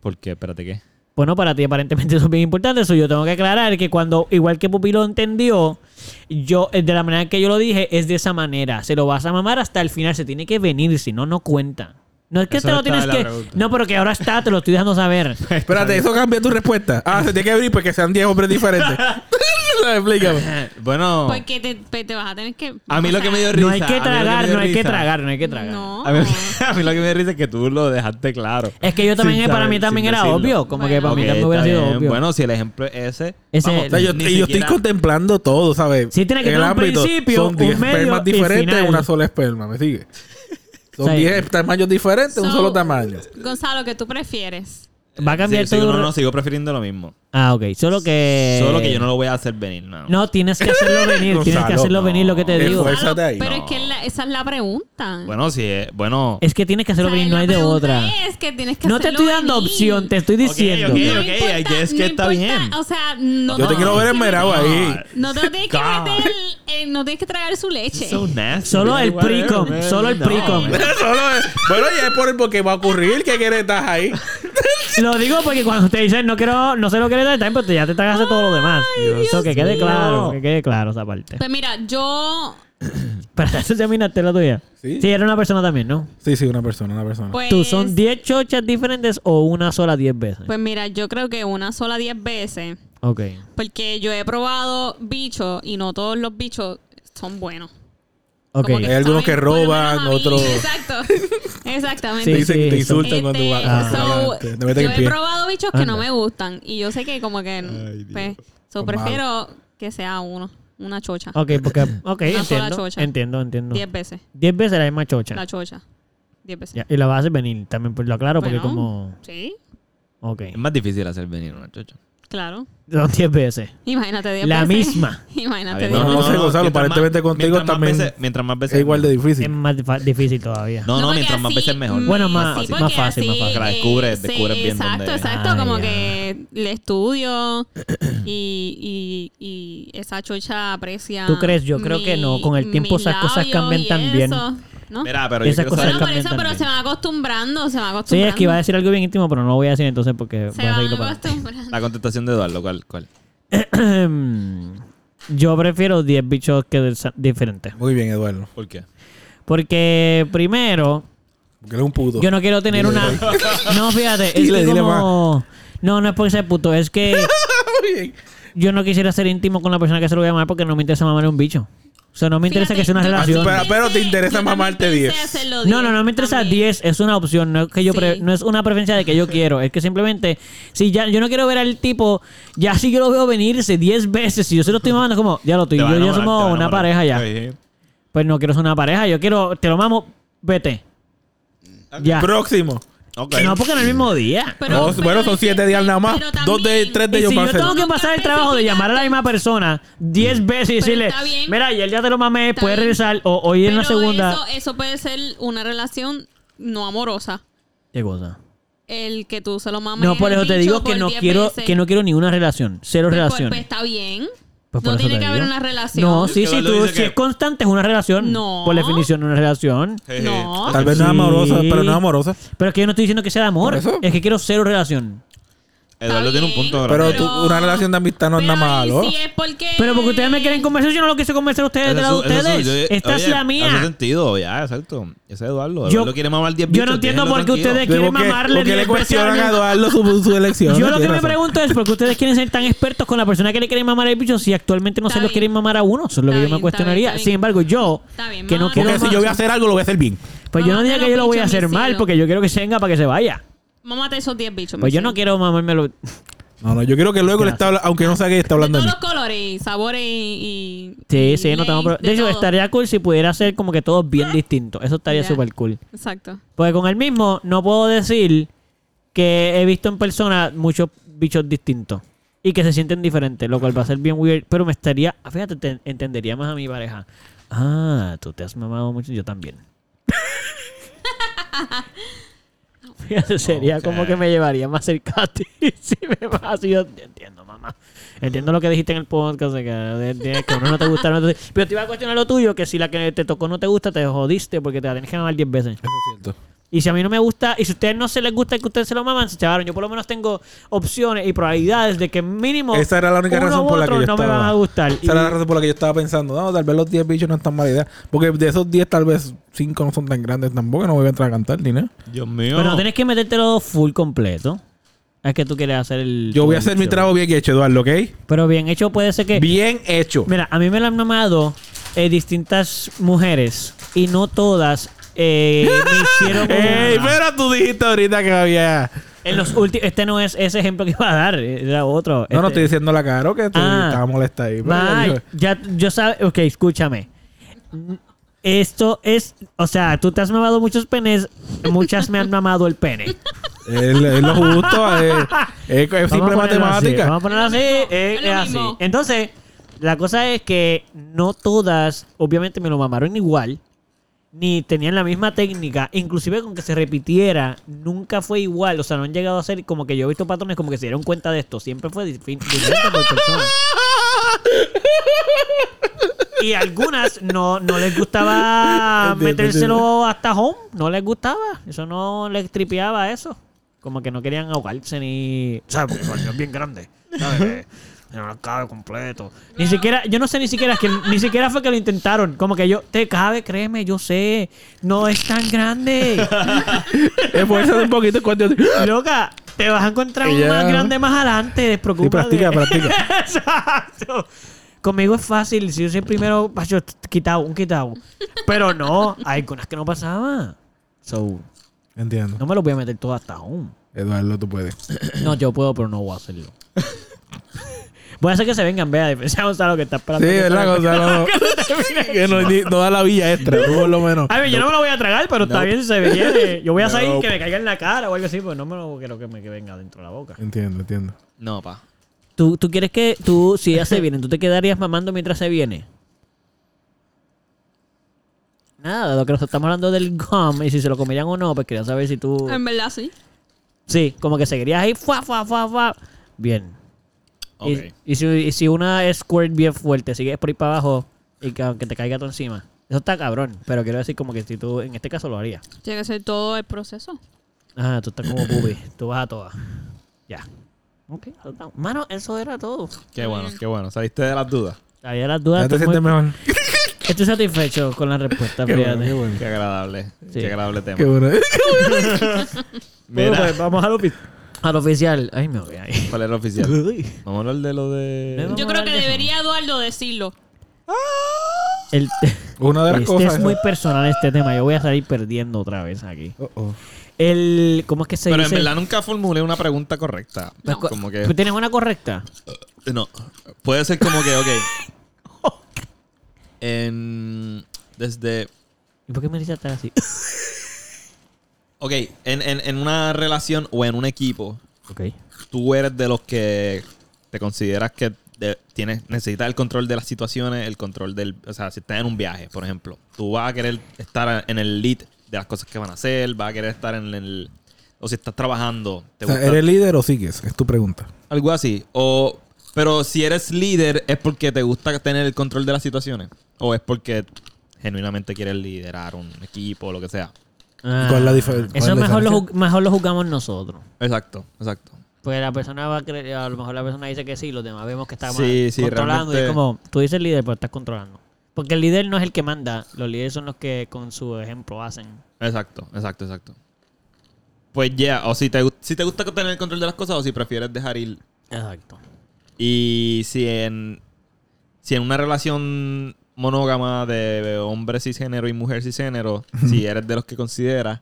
¿Por qué? Espérate, ¿qué? Bueno, para ti aparentemente eso es bien importante, eso yo tengo que aclarar que cuando, igual que Pupi lo entendió, yo, eh, de la manera que yo lo dije, es de esa manera. Se lo vas a mamar hasta el final, se tiene que venir, si no, no cuenta. No es que Eso te lo no estaba tienes en la que... pregunta. No, pero que ahora está, te lo estoy dejando saber. Espérate, eso cambia tu respuesta. Ah, se tiene que abrir porque sean 10 hombres diferentes. Explícame. Eh, Bueno, Porque te, pe- te vas a tener que... a mí o lo sea, que me dio risa. No hay a mí que lo me tragar, dio no hay que risa- tragar, no hay que tragar. No. A mí, a mí lo que me dio risa es que tú lo dejaste claro. Es que yo también, eh, Sin para mí saber- también sin era decirlo. obvio, como que para Ok, mí también está hubiera sido bien. obvio. Bueno, si el ejemplo es ese. Ese- O sea, yo, y yo ni estoy siquiera- contemplando todo, ¿sabes? Sí, tiene que En tener un principio, Son un 10 medio espermas y diferentes, final. una sola esperma, ¿me sigue? Son Sí. 10 tamaños diferentes, un So, solo tamaño. Gonzalo, ¿qué tú prefieres? Va a cambiar Sí, todo. sigo- no, no, sigo prefiriendo lo mismo. Ah, ok. Solo que. Solo que yo no lo voy a hacer venir, no. No, tienes que hacerlo venir. tienes que Gonzalo, hacerlo no. venir lo que te Es digo. fuerte. Esfuérzate Eh, ahí. Pero No. es que la- esa es la pregunta. Bueno, sí, eh, bueno. Es que tienes que hacerlo O sea, venir, no la hay de pregunta otra. Es que tienes que No te estoy hacerlo dando venir. opción, te estoy diciendo. ok, No ok, importa, I guess que no está importa, bien. O sea, no, Yo te no quiero ver tienes que enmerado meter- ahí. No te tienes que God. meter, eh, no tienes que tragar su leche. So nasty. Solo el Whatever, pre-com, man. solo el No, pre-com. man. Solo es- bueno, y es por el porque va a ocurrir que quieres estar ahí. Lo digo porque cuando te dicen no quiero, no sé lo que le da el time, pero te- ya te tragaste todo lo demás. Eso que quede claro, que quede claro esa parte. Pues mira, yo Pero eso terminaste la tuya. Sí. Sí, era una persona también, ¿no? Sí, sí, una persona, una persona. pues Tú, ¿son 10 chochas diferentes o una sola 10 veces? Pues mira, yo creo que una sola 10 veces, ok. porque yo he probado bichos y no todos los bichos son buenos. Ok. Como Hay algunos que saben, por lo roban, menos a mí. otros- Exacto. te, Exactamente. Sí, Este, dicen, sí, te son- insultan cuando vas. Ah. cuando so, vas adelante. te meten yo el pie. he probado bichos que no Anda. me gustan y yo sé que como que pues, so, Son prefiero que sea uno, una chocha. Ok, porque. Ok, Una sola entiendo, chocha. entiendo. Entiendo. 10 veces, 10 veces la misma chocha. la chocha. 10 veces. Ya, y la vas a hacer venir también, pues lo aclaro, porque Bueno. como. Sí, Ok. Es más difícil hacer venir una chocha. claro. Son 10 veces. Imagínate 10 La veces. misma. Imagínate Está 10 bien. No, no, veces. sé, Gonzalo, mientras aparentemente más- contigo mientras más también veces- mientras más veces. Es igual de Es difícil. más fa- difícil todavía. No, no, porque mientras más así, veces mejor. mm, Bueno, más- sí, más porque fácil, más así, fácil. Que la eh, descubres, sí, descubres bien Exacto, dónde- exacto. Ah, como ya. que le estudio y, y, y esa chocha aprecia. ¿Tú crees? Yo creo que no, con el tiempo mis esas cosas labios cambian y también. eso, ¿no? Mira, pero yo Esas quiero cosas saber- bueno, por cambian eso, pero también. se van acostumbrando, se van Sí, acostumbrando. es que iba a decir algo bien íntimo, pero no lo voy a decir entonces porque voy Se a van seguirlo para acostumbrando. La contestación de Eduardo, ¿cuál? cuál? adelante. Yo prefiero 10 bichos que des- diferentes. Muy bien, Eduardo. ¿Por qué? Porque primero, Porque él es un puto. yo no quiero tener una... No, fíjate, es Dile, que dile como... No, no es por ser puto, es que Muy bien. yo no quisiera ser íntimo con la persona que se lo voy a amar porque no me interesa mamar un bicho. O sea, no me interesa Fíjate, que sea una yo relación. Pero- pensé- pero te interesa yo también mamarte pensé 10. hacerlo No, no, 10 no me interesa también. 10, es una opción, no es que yo Sí. pre- no es una preferencia de que yo quiero, es que simplemente si ya yo no quiero ver al tipo, ya si yo lo veo venirse 10 veces, si yo se lo estoy mamando es como, ya lo estoy, Te yo va a ya enamorar, te va somos a una enamorar. pareja ya. Sí. Pues no quiero ser una pareja, yo quiero te lo mamo, vete. Ya. Próximo. Ok. No, porque en el mismo día. No, Pero- pero bueno, son es que- siete días nada más. pero también- Dos de tres de Y ellos si van yo a ser. tengo que pasar el trabajo de llamar a la misma persona Mm. 10 veces y decirle, está bien. mira, ayer ya te lo mamé, Está puedes bien. regresar, o hoy en la Pero segunda. Eso, eso puede ser una relación no amorosa. ¿Qué cosa? El que tú se lo mames. No, por al eso te bicho digo que por no 10 quiero, veces. que no quiero ni una relación, cero Pues, relaciones. Pues está bien. Pues por no eso tiene te que haber digo. una relación. No, Es sí, que sí, Valdo tú, dice si que- es constante es una relación. No. Por definición, una relación. Sí, sí. No. Tal vez no es Sí. amorosa, pero no es amorosa. Pero es que yo no estoy diciendo que sea de amor. Por eso. Es que quiero cero relación. Eduardo tiene un punto Pero Pero grande. tú, una relación de amistad no es nada malo. malo. Sí, es porque. Pero porque ustedes me quieren convencer, yo no lo quise convencer a ustedes de la de Eso- eso- ustedes. yo- Esta es oye, la Hace mía. sentido, ya, exacto. Ese es Eduardo. Eduardo quiere mamar 10 yo bichos. no entiendo déjenlo por qué tranquilo. ustedes Pero quieren ¿por qué- mamarle por qué le 10 veces a cuestionan a alguien. Eduardo su, su elección? Yo lo que Tiene me razón. pregunto es por qué ustedes quieren ser tan expertos con la persona que le quieren mamar el bicho si actualmente no Está se lo bien. quieren mamar a uno. Eso es lo que yo me Está bien, está bien, cuestionaría. está bien. Sin embargo, yo, Está bien, que no mamá. quiero Porque si más- yo voy a hacer algo, lo voy a hacer bien. Pues yo no Mamá, diga te que yo lo lo voy a pincho, hacer mi mal cielo. porque yo quiero que se venga para que se vaya. Mámate esos 10 bichos. Pues mi yo no cielo. quiero mamármelo. No, no, yo quiero que luego le está habla- aunque no sea que está De hablando de todos mí. los colores y sabores y. y- Sí, y sí, no estamos. leyes, pro- De hecho, todo. estaría cool si pudiera ser como que todos bien distintos. Eso estaría Ya. súper cool. Exacto. Porque con el mismo no puedo decir que he visto en persona muchos bichos distintos y que se sienten diferentes, lo cual va a ser bien weird. Pero me estaría. ah, Fíjate, te- entendería más a mi pareja. Ah, tú te has mamado mucho, yo también. Fíjate, sería Ok. como que me llevaría más cerca a ti si me vas. Y Yo entiendo, mamá. Entiendo lo que dijiste en el podcast, de que, de- de que uno no te gusta. no te- Pero te iba a cuestionar lo tuyo, que si la que te tocó no te gusta, te jodiste porque te la tienes que mamar 10 veces. Eso es cierto. Y si a mí no me gusta, y si a ustedes no se les gusta que ustedes se lo maman, se chavaron. Yo por lo menos tengo opciones y probabilidades de que mínimo. Esa era la única uno razón u por la que otro yo no estaba. me van a gustar. Esa Y- era la razón por la que yo estaba pensando. No, tal vez los 10 bichos no es tan mala idea. Porque de esos 10, tal vez 5 no son tan grandes tampoco. No voy a entrar a cantar ni nada. Dios mío. Pero no tienes que metértelo full completo. Es que tú quieres hacer el. Yo voy a hacer mi trabajo bien hecho, Eduardo, ¿ok? Pero bien hecho puede ser que. Bien hecho. Mira, a mí me lo han mamado eh, distintas mujeres y no todas eh, me hicieron. ¡Ey! una. Pero tú dijiste ahorita que había. En los últimos. Este no es ese ejemplo que iba a dar, era No, otro. no Este- estoy diciendo la cara que estoy- Ah. estaba molesta ahí. pues, pero Ma, yo- ya, yo sabe, ok, escúchame. Esto es, o sea, tú te has mamado muchos penes, muchas me han mamado el pene. Es, es lo justo, es, es- es Vamos simple a ponerlo así, matemática. vamos a ponerlo así, Es lo mismo, eh, es es, lo así. mismo. Entonces, la cosa es que no todas, obviamente me lo mamaron igual, ni tenían la misma técnica, inclusive con que se repitiera, nunca fue igual, o sea, no han llegado a ser como que yo he visto patrones como que se dieron cuenta de esto, siempre fue dif- diferente por persona. Y algunas no, no les gustaba Entiendo, metérselo hasta home, no les gustaba, eso no les tripeaba eso. Como que no querían ahogarse ni. ¿Sabes? Porque el baño es bien grande. ¿Sabes? Eh, No cabe completo. Ni siquiera, yo no sé ni siquiera que ni siquiera fue que lo intentaron. Como que yo, te cabe, créeme, yo sé. No es tan grande. Esfuérzate un poquito cuando. Sí, Loca, te vas a encontrar uno Ya. más grande más adelante, despreocúpate. practica, practica. Exacto. Conmigo es fácil. Si yo soy el primero, pacho, t- quitado, un quitado. Pero no, hay algunas que no pasaba. So, Entiendo. no me lo voy a meter todo hasta home. Eduardo, tú puedes. No, yo puedo, pero no voy a hacerlo. Voy a hacer que se vengan, vea, a defensa de Gonzalo que está Sí, esperando. que ¿verdad, salga. Gonzalo? que no, ni- no da la villa extra, tú por lo menos. A ver, yo no me lo voy a tragar, pero está No. bien si se viene. Yo voy a salir No. que me caiga en la cara o algo así, porque no me lo quiero que me que venga dentro de la boca. Entiendo, entiendo. No, pa. ¿Tú, tú quieres que, tú, si ya se vienen, tú te quedarías mamando mientras se viene? Nada, lo que nos estamos hablando del gum y si se lo comerían o no, pues quería saber si tú... En verdad, sí. Sí, como que seguirías ahí, fuá, fuá, fuá, fuá. Bien. Ok. Y, y si, y si una squirt bien fuerte, sigues por ahí para abajo y que aunque te caiga todo encima. Eso está cabrón, pero quiero decir como que si tú, en este caso lo harías. Tiene que ser todo el proceso. Ah, tú estás como pupi, tú vas a todas. Ya. Ok, eso está- mano, eso era todo. Qué bueno, qué bueno. Saliste de las dudas. Había las dudas. Ya te estoy muy- sientes mejor. Estoy satisfecho con la respuesta, Qué fíjate. bueno, qué bueno. Qué agradable. Sí. Qué agradable tema. Qué bueno. Bueno, Mira, pues, vamos al, ofi- al oficial. Ay, me voy ahí. ¿cuál era el oficial? Vamos a hablar de lo de. Eh, Vamos Yo a creo hablar que de eso. debería Eduardo decirlo. El te- Una de las este cosas. es muy personal este tema. Yo voy a salir perdiendo otra vez aquí. Oh, oh. El, ¿Cómo es que se Pero en dice? verdad nunca formulé una pregunta correcta. Pues, cu- ¿Tú Como que. tienes una correcta? No. Puede ser como que, ok. En- desde. ¿Y por qué me dice estar así? Ok, en, en, en una relación o en un equipo, ok. tú eres de los que te consideras que de- tienes, necesitas el control de las situaciones, el control del. O sea, si estás en un viaje, por ejemplo, tú vas a querer estar en el lead de las cosas que van a hacer, vas a querer estar en el. O si estás trabajando, te O sea, gusta- ¿Eres líder o sigues? Es tu pregunta. algo así. O, pero si eres líder, es porque te gusta tener el control de las situaciones. O es porque genuinamente quieres liderar un equipo o lo que sea. Ah, cuál es la difer- cuál es eso la mejor, lo, diferencia? ju- mejor lo jugamos nosotros. Exacto, exacto. Pues la persona va a creer, a lo mejor la persona dice que sí, los demás vemos que está mal Sí, sí, controlando. Y es realmente- como, tú dices líder, pero estás controlando. Porque el líder no es el que manda, los líderes son los que con su ejemplo hacen. Exacto, exacto, exacto. Pues ya, o si te, gust- si te gusta tener el control de las cosas o si prefieres dejar ir. Exacto. Y si en, si en una relación monógama de hombre cisgénero y mujer cisgénero, si eres de los que consideras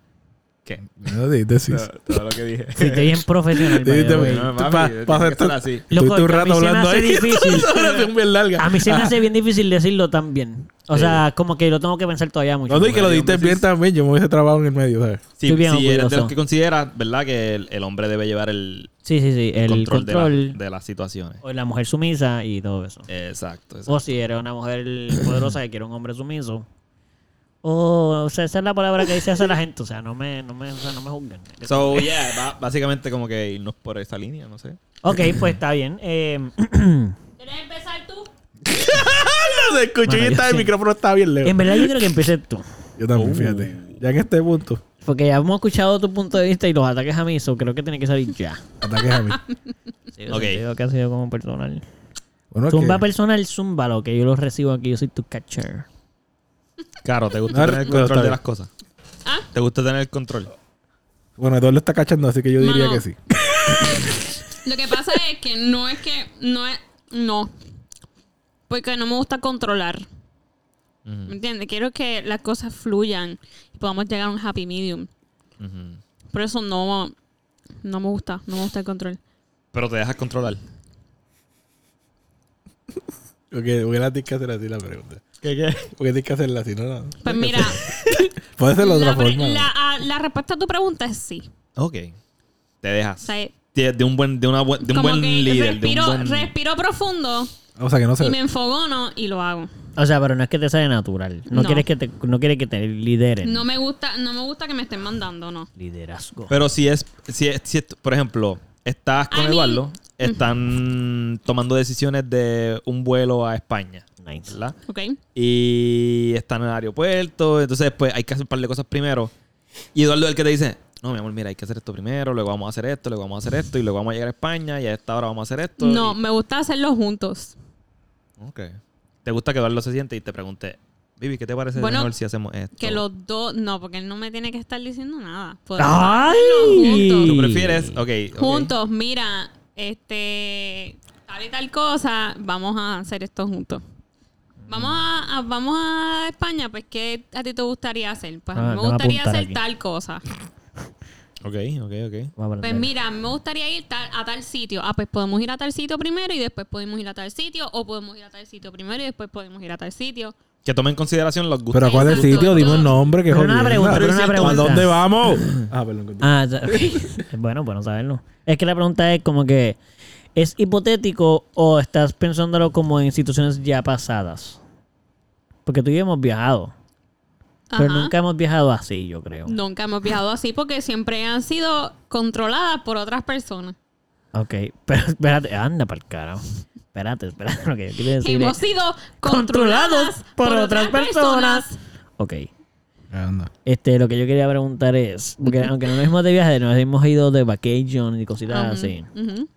que... No, di- decís. Todo, todo lo que dije. Si estoy bien profesional. by the Dijiste, way. No, tú papi, pa- tiene pa- que tú- estar así. Loco, Estuviste un a mí rato se me hablando hace ahí. difícil. Esa oración bien larga. A mí se me hace bien difícil decirlo también. O sea, como que lo tengo que pensar todavía mucho. No, di que lo diste bien también. Yo me hubiese trabado en el medio, ¿sabes? Si, Estoy bien si eres de orgulloso. los que consideras, ¿verdad? Que el, el hombre debe llevar el, Sí, sí, sí. El control, control, de la- De, las situaciones. o la mujer sumisa y todo eso. Exacto. exacto. O si eres una mujer poderosa que quiere un hombre sumiso. O, o sea, esa es la palabra que dice hace la gente. O sea, no me, no me, o sea, no me juzguen. So, yeah, ba- básicamente como que irnos por esa línea, no sé. Ok, pues está bien. Eh, ¿Quieres empezar tú? No se escuchó Bueno, yo y está, el sí. micrófono está bien lejos. en verdad yo creo que empecé tú. Yo también, Uh. fíjate. Ya en este punto, Porque ya hemos escuchado tu punto de vista y los ataques a mí, so creo que tiene que salir ya. ataques a mí. Sí, yo Ok. siento que ha sido como personal. Bueno, es Zumba que- personal, zúmbalo, que yo los recibo aquí, yo soy tu catcher. Claro, ¿te gusta No, tener el pero está control de bien. las cosas? ¿Ah? ¿Te gusta tener el control? bueno, Eduardo está cachando, así que yo diría Mano. que sí. Lo que pasa es que no es que. No es. No. Porque no me gusta controlar. ¿Me entiendes? Quiero que las cosas fluyan y podamos llegar a un happy medium. Ujú. Por eso no. No me gusta. No me gusta el control. Pero te dejas controlar. Porque voy a tienes que hacer así la pregunta. ¿Qué, qué? Porque tienes que hacerla así, no, no. Pues mira, Puede ser de otra la, pre- forma. la- a- la respuesta a tu pregunta es sí. Ok. te dejas. sea, de de un buen, de una buen- de un como buen que líder. de un respiro, buen- respiro profundo O sea, que no y se... me enfogono y lo hago. O sea, pero no es que te sale natural. No, No. quieres que te, no quieres que te lideren. No me gusta, no me gusta que me estén mandando, no. Liderazgo. Pero si es, si es, si es- por ejemplo, estás con I mean- Eduardo, están tomando decisiones de un vuelo a España, Nice. ¿verdad? ¿Ok? Y están en el aeropuerto, entonces pues hay que hacer un par de cosas primero. Y Eduardo es el que te dice, no, mi amor, mira, hay que hacer esto primero, luego vamos a hacer esto, luego vamos a hacer esto, y luego vamos a llegar a España, y a esta hora vamos a hacer esto. No, y- me gusta hacerlo juntos. Ok. ¿Te gusta que Eduardo se siente y te pregunte, Vivi, ¿qué te parece Bueno, mejor si hacemos esto? Que los dos, no, porque él no me tiene que estar diciendo nada. Pues, Podemos Ah, ¡Ay! hacerlo juntos. ¿Tú prefieres? Ok. ok. Juntos, mira, este, tal y tal cosa, vamos a hacer esto juntos. Vamos a, a- vamos a España, pues ¿qué a ti te gustaría hacer? Pues Ah, me déjame gustaría apuntar hacer aquí. tal cosa. Ok, ok, ok. Vamos a Pues aprender. mira, me gustaría ir tal- a tal sitio. Ah, pues podemos ir a tal sitio primero y después podemos ir a tal sitio. O podemos ir a tal sitio primero y después podemos ir a tal sitio. Que tome en consideración los gustos. Pero a cuál es el Exacto. sitio, dime el nombre, que Pero una jodienda. pregunta, pero una ¿A pregunta. dónde vamos? Ah, perdón. continúa. Ah, ya- es bueno, bueno saberlo. Es que la pregunta es como que ¿es hipotético o estás pensándolo como en situaciones ya pasadas? Porque tú y yo hemos viajado, Ajá. pero nunca hemos viajado así, yo creo. Nunca hemos viajado así porque siempre han sido controladas por otras personas. Ok, pero espérate, anda para el carajo. Espérate, espérate, lo que yo quiero decir Hemos es sido controlados controladas por otras personas. Ok. Anda. Este, lo que yo quería preguntar es, porque aunque no nos hemos de viaje, nos hemos ido de vacation y cositas así. Mm, Ujú.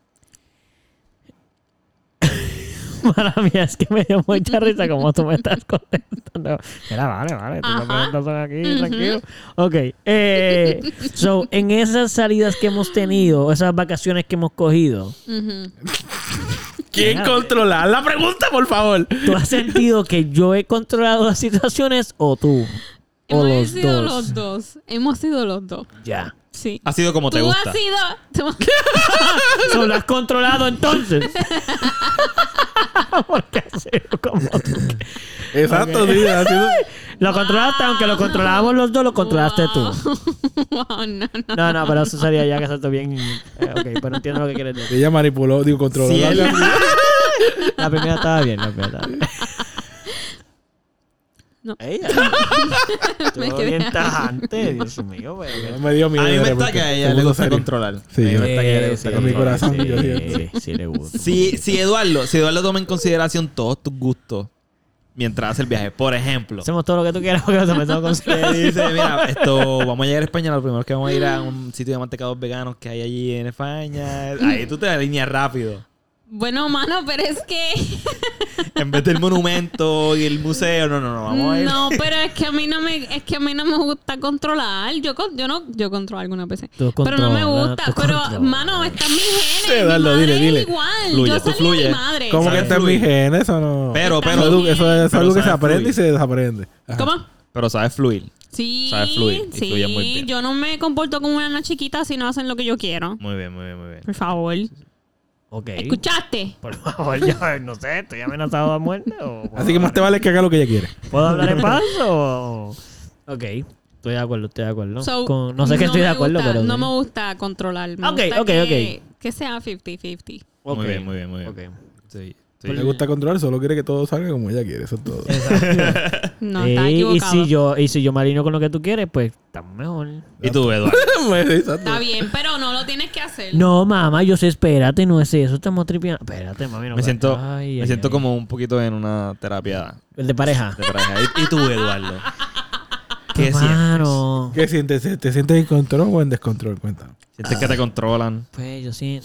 Para mí es que me dio mucha risa como tú me estás contestando. Mira, vale, vale, tus Ajá. preguntas son aquí, tranquilo. Ok, eh, so, en esas salidas que hemos tenido, esas vacaciones que hemos cogido, Ujú. ¿Quién controla? La pregunta, por favor. ¿tú has sentido que yo he controlado las situaciones o tú? O Hemos los sido dos. los dos. Hemos sido los dos. Ya. Sí. Ha sido como te Tú gusta. has sido. tú- So, ¿Lo has controlado entonces? Porque ha sido como tú que- Exacto, sí. ha sido- Ah. Lo controlaste, aunque lo controlábamos los dos, lo controlaste tú. Wow, no, no. No, no, pero eso sería ya que salto bien. eh, ok, pero entiendo lo que quieres decir. Ella manipuló, digo, controló. Si la- él- La primera estaba bien, la primera estaba bien. No. Ella. Me Estuvo quedé bien ahí. tajante, Dios mío, pero. Me dio A miedo. mí de me está repente. que a Se ella le puso gusta serio. controlar. Eh, Sí, A mí yo- me gusta que a ella le gusta sí, mi controlar. corazón, yo sí, sí, le gusta. Si, si Eduardo, si Eduardo toma en consideración todos tus gustos mientras hace el viaje, por ejemplo, Hacemos todo lo que tú quieras porque nos empezamos con te ustedes. dice, mira, esto, vamos a llegar a España, lo primero es que vamos a ir a un sitio de mantecados veganos que hay allí en España. Ahí tú te alineas rápido. Bueno, mano, pero es que. En vez del monumento y el museo, no, no, no, vamos a ir. No, pero es que a mí no me, es que a mí no me gusta controlar. Yo, con- yo no, yo controlo algunas veces. Tú Pero no me controlas, gusta. tú Pero, controlas. mano, están mis genes. Sí, mi dalo, madre dile, es dile. Igual. Fluye, yo tú salí de fluye. mi madre. ¿Cómo que Sabe está en mi fluir. higiene? Eso no. Eso Pero, es pero, algo- eso es Pero algo que se sabe aprende fluir. y se desaprende. Ajá. ¿Cómo? pero sabes fluir. Sí, Sabe fluir, y fluye sí. muy bien. Yo no me comporto como una chiquita si no hacen lo que yo quiero. Muy bien, muy bien, muy bien. Por favor. Ok. ¿Escuchaste? Por favor, yo no sé, estoy amenazado a muerte o. Así que más te vale que haga lo que ella quiere. ¿Puedo hablar en paz o.? Ok. Estoy de acuerdo, estoy de acuerdo. So, Con- no sé que estoy me de acuerdo, gusta- pero. No sí. me gusta controlar. Me Ok, gusta ok, que, que sea 50-50. Ok. Muy bien, muy bien, muy bien. Ok. Sí, sí. Le gusta controlar, solo quiere que todo salga como ella quiere. Eso es todo. No, Sí, está Eh, y equivocado. si yo y si yo me alineo con lo que tú quieres, pues estamos mejor. ¿Y tú, Eduardo? Pues, Exacto. Está bien, pero no lo tienes que hacer. No, mamá, yo sé, espérate, no es eso, estamos tripeando. Espérate, mami, no. Me espérate. siento, Ay, me ay, siento ay. como un poquito en una terapia el de pareja. de pareja. ¿Y, y tú, Eduardo? ¿Qué sientes? Mano, ¿Qué sientes? ¿Te sientes en control o en descontrol? Cuéntame. ¿Sientes Ah. que te controlan? pues yo sí,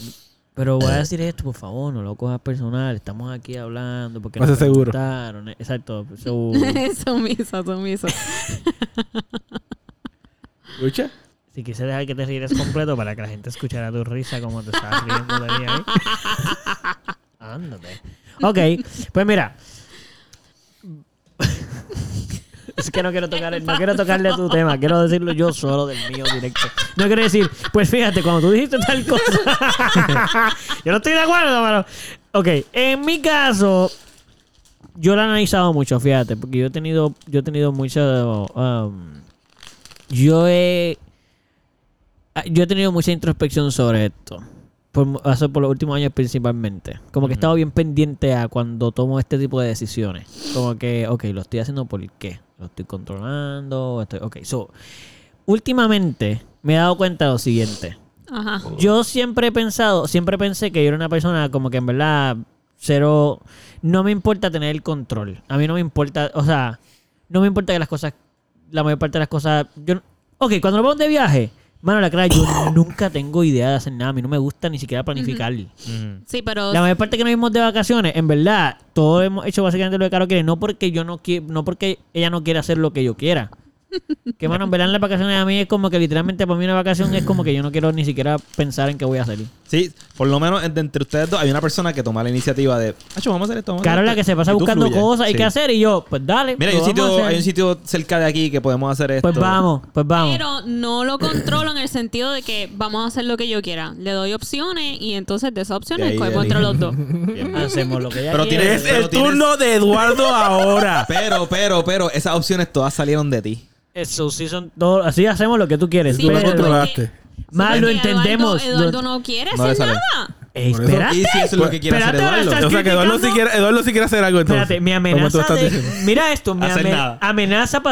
pero Eh. voy a decir esto, por favor, no lo cojas personal, estamos aquí hablando porque Pase seguro. preguntaron. Exacto, so- sumiso, sumiso. ¿Escucha? si quise dejar que te rieras completo para que la gente escuchara tu risa como te estabas riendo de mí ahí. Ándate. Ok, pues mira. Es que no quiero tocar, no quiero tocarle tu tema, quiero decirlo yo solo del mío directo. No quiero decir, pues fíjate, cuando tú dijiste tal cosa, yo no estoy de acuerdo, pero. Ok, en mi caso, yo lo he analizado mucho, fíjate, porque yo he tenido, yo he tenido mucho. um, yo he ah, yo he tenido mucha introspección sobre esto. Por, mu- hace- por los últimos años principalmente. Como que he estado bien pendiente a cuando tomo este tipo de decisiones. Como que, ok, lo estoy haciendo por qué. Lo estoy controlando. Estoy, ok, so. Últimamente me he dado cuenta de lo siguiente. Ajá. Yo siempre he pensado, siempre pensé que yo era una persona como que en verdad cero. No me importa tener el control. A mí no me importa, o sea, no me importa que las cosas, la mayor parte de las cosas. Yo, no- ok, cuando nos vamos de viaje, mano, la cara, yo nunca tengo idea de hacer nada. A mí no me gusta ni siquiera planificar. Ujú. Sí, pero. La mayor parte que nos vimos de vacaciones, en verdad, todos hemos hecho básicamente lo que Caro quiere. No porque yo no quiero, no porque ella no quiera hacer lo que yo quiera. Que mano, en verdad las vacaciones a mí es como que literalmente para mí una vacación es como que yo no quiero ni siquiera pensar en qué voy a hacer. Sí, por lo menos en- de entre ustedes dos hay una persona que toma la iniciativa de, "Acho, vamos a hacer esto. vamos a hacer Caro es la esto". que se pasa Y tú buscando fluyes. cosas y Sí. qué hacer y yo, pues dale. Mira, hay lo un, vamos a sitio, hacer. hay un sitio cerca de aquí que podemos hacer esto. Pues vamos, pues vamos. Pero no lo controlo en el sentido de que vamos a hacer lo que yo quiera. Le doy opciones y entonces de esas De opciones ahí escogemos elige. entre los dos. Bien. Hacemos lo que ella Pero quiere. tienes- Es el Pero tienes- turno de Eduardo ahora. Pero, pero, pero, esas opciones todas salieron de ti. Eso sí son todos. Así hacemos lo que tú quieres. Sí, Tú la pero- controlaste. Más Porque lo entendemos. Eduardo, Eduardo Lo- no quiere No le hacer sale. nada. Eh, Por eso- espérate. Y si eso es lo que quiere hacer Espérate, ahora Eduardo. estás O sea que Eduardo sí criticando. quiere, Eduardo sí quiere hacer algo entonces. Espérate, mi Como tú amenaza estás de- diciendo. Mira esto, mi Hacer amen- nada. amenaza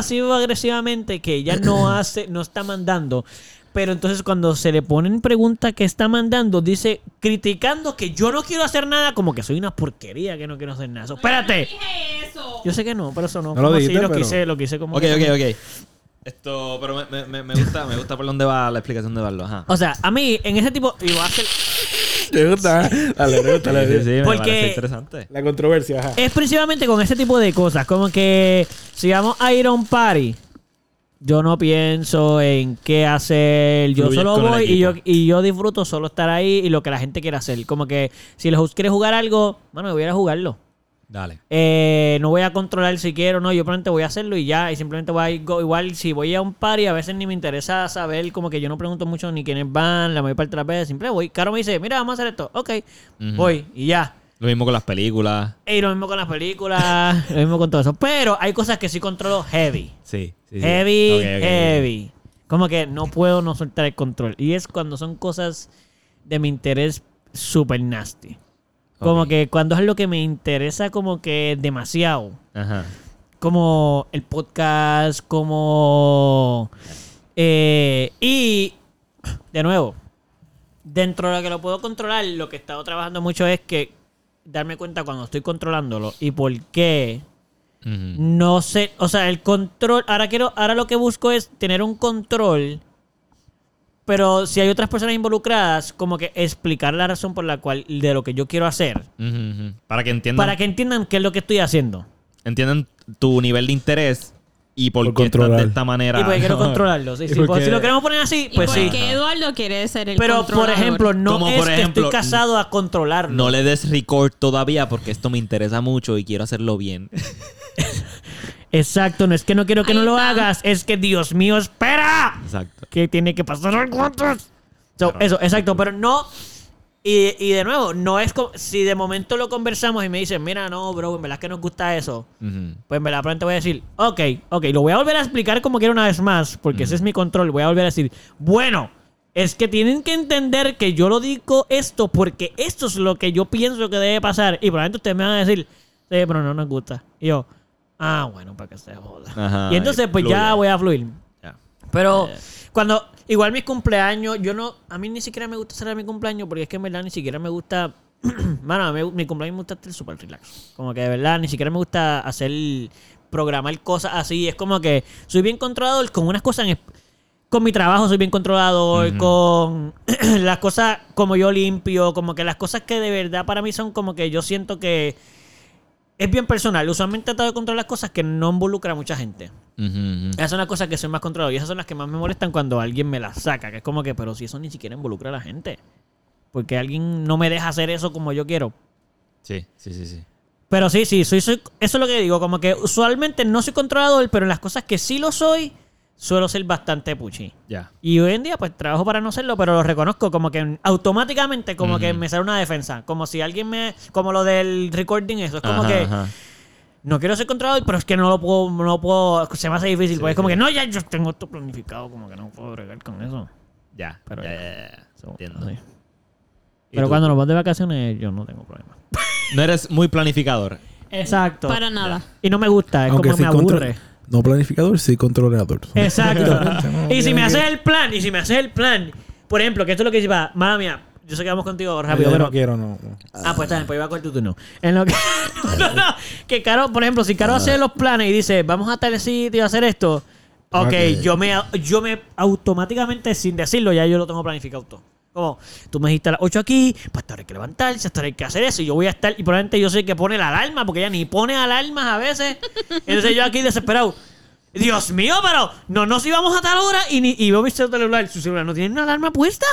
pasivo-agresivamente que ella no hace, no está mandando. Pero entonces cuando se le ponen preguntas que está mandando, dice criticando que yo no quiero hacer nada, como que soy una porquería que no quiero hacer nada. So, espérate. Dije eso. Yo sé que no, pero eso no. No lo Como así, dijiste, lo pero- quise, lo quise como Ok, que- ok, ok. Esto, pero me- me, me, me gusta, me gusta por dónde va la explicación de Eduardo. Ajá. O sea, a mí en ese tipo y voy a hacer- Le gusta. Dale, le gusta, le Sí, sí, sí, gusta. me Porque- parece interesante. La controversia, ajá. es principalmente con ese tipo de cosas, como que si vamos a ir a un party, yo no pienso en qué hacer. Yo Fluyes solo con el voy y yo, equipo. y yo disfruto solo estar ahí y lo que la gente quiere hacer. Como que si los quiere jugar algo, bueno, voy a ir a jugarlo. Dale. Eh, no voy a controlar si quiero, no, yo probablemente voy a hacerlo y ya, y simplemente voy a ir, go- igual si voy a un party, a veces ni me interesa saber, como que yo no pregunto mucho ni quiénes van, la mayor parte de las veces, simplemente voy, Caro me dice, mira, vamos a hacer esto, ok, Ujú. voy y ya. Lo mismo con las películas. Y lo mismo con las películas, lo mismo con todo eso, pero hay cosas que sí controlo heavy. Sí. sí, sí. Heavy, eh, Ok, ok, ok. heavy. Como que no puedo no soltar el control. Y es cuando son cosas de mi interés super nasty. Como Ok. que cuando es lo que me interesa como que demasiado. Ajá. Como el podcast, como... eh, y, de nuevo, dentro de lo que lo puedo controlar, lo que he estado trabajando mucho es que darme cuenta cuando estoy controlándolo y por qué Ujú. no sé, o sea, el control. Ahora quiero, ahora lo que busco es tener un control. Pero si hay otras personas involucradas, como que explicar la razón por la cual de lo que yo quiero hacer. Ujú, ujú. Para que entiendan, Para que entiendan qué es lo que estoy haciendo. entiendan tu nivel de interés y por, Por qué estás de controlar. esta manera. Y porque quiero controlarlo. sí, Y sí, porque- pues, si lo queremos poner así, ¿Y pues por sí. qué Eduardo quiere ser el Pero, por controlador? ejemplo, no Como es por que ejemplo, estoy casado a controlarlo. No le des record todavía porque esto me interesa mucho y quiero hacerlo bien. Exacto, no es que no quiero que Ahí no lo está. hagas. Es que, Dios mío, espera. Exacto. que tiene que pasar encuentros. So, eso, exacto, pero no. Y, y de nuevo, no es como. Si de momento lo conversamos y me dicen, mira, no, bro, en verdad es que nos gusta eso. Ujú. Pues me la pronto voy a decir, ok, ok, lo voy a volver a explicar como quiero una vez más, porque ese es mi control. Voy a volver a decir, bueno, es que tienen que entender que yo lo digo esto porque esto es lo que yo pienso que debe pasar. Y probablemente ustedes me van a decir, sí, pero no nos gusta. Y yo, ah, bueno, para que se joda. Ajá, y entonces, y pues fluye. ya voy a fluir. Ya. Pero Eh. cuando, igual mis cumpleaños, yo no, a mí ni siquiera me gusta celebrar mi cumpleaños porque es que en verdad ni siquiera me gusta, mano, a mí mi cumpleaños me gusta estar súper relax. Como que de verdad ni siquiera me gusta hacer, programar cosas así. Es como que soy bien controlador con unas cosas en... esp- Con mi trabajo soy bien controlador, con las cosas como yo limpio, como que las cosas que de verdad para mí son como que yo siento que es bien personal. Usualmente trato de controlar las cosas que no involucra a mucha gente. Ujú, ujú. Esas son las cosas que soy más controlado y esas son las que más me molestan cuando alguien me las saca. Que es como que, pero si eso ni siquiera involucra a la gente. Porque alguien no me deja hacer eso como yo quiero. Sí, sí, sí, sí. Pero sí, sí, soy, soy- eso es lo que digo. Como que usualmente no soy controlador, pero en las cosas que sí lo soy, suelo ser bastante puchi. Ya. Y hoy en día, pues trabajo para no serlo, pero lo reconozco como que automáticamente, como que Ujú. me sale una defensa. Como si alguien me. Como lo del recording, eso. Es como Ajá, que. ajá. No quiero ser controlador, pero es que no lo puedo, no lo puedo, se me hace difícil, Sí, porque es como sí. que no, ya yo tengo esto planificado, como que no puedo bregar con eso. Ya, Pero ya, ya. ya, ya, So, Entiendo. así. ¿Y Pero tú? cuando nos vamos de vacaciones, yo no tengo problema. No eres muy planificador. Exacto. Para nada. Y no me gusta, es Aunque como sí me aburre. Eh, control- No planificador, sí controlador. Son- Exacto. No, y si me no, haces el plan, y si me haces el plan, por ejemplo, que esto es lo que dice, va, mala mía, yo sé que vamos contigo rápido, yo pero. no quiero, no. no. Ah, pues está bien, pues iba a cortar tu turno. En lo que. no, no. Que Caro, por ejemplo, si Caro hace los planes y dice, vamos a tal sitio a hacer esto, ok, Ok. yo me yo me automáticamente, sin decirlo, ya yo lo tengo planificado todo. Como, tú me dijiste a las 8 aquí, pues ahora hay que levantarse, hasta ahora hay que hacer eso, y yo voy a estar, y probablemente yo soy el que pone la alarma, porque ella ni pone alarmas a veces. Entonces yo aquí desesperado. Dios mío, pero no nos íbamos a tal hora y, ni, y veo mi celular, su celular no tiene una alarma puesta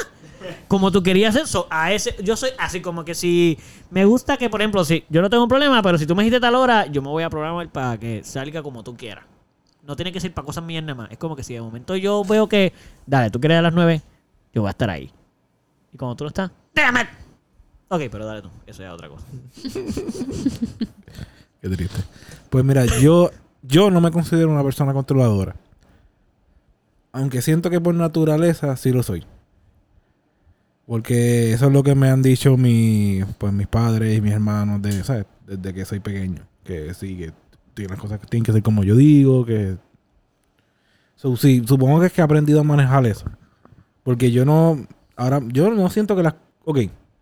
como tú querías eso. A ese, yo soy así como que si me gusta que, por ejemplo, si yo no tengo un problema, pero si tú me dijiste tal hora, yo me voy a programar para que salga como tú quieras. No tiene que ser para cosas mías nada más. Es como que si de momento yo veo que, dale, tú quieres a las 9, yo voy a estar ahí. Y cuando tú no estás, ¡damn it! Ok, pero dale tú. Eso ya es otra cosa. Qué triste. Pues mira, yo, yo no me considero una persona controladora. Aunque siento que por naturaleza sí lo soy. Porque eso es lo que me han dicho mi, pues, mis padres y mis hermanos de, ¿sabes? desde que soy pequeño. Que sí, que tienen las cosas que tienen que ser como yo digo, que... So, sí, supongo que es que he aprendido a manejar eso. Porque yo no... Ahora, yo no siento que las... Ok,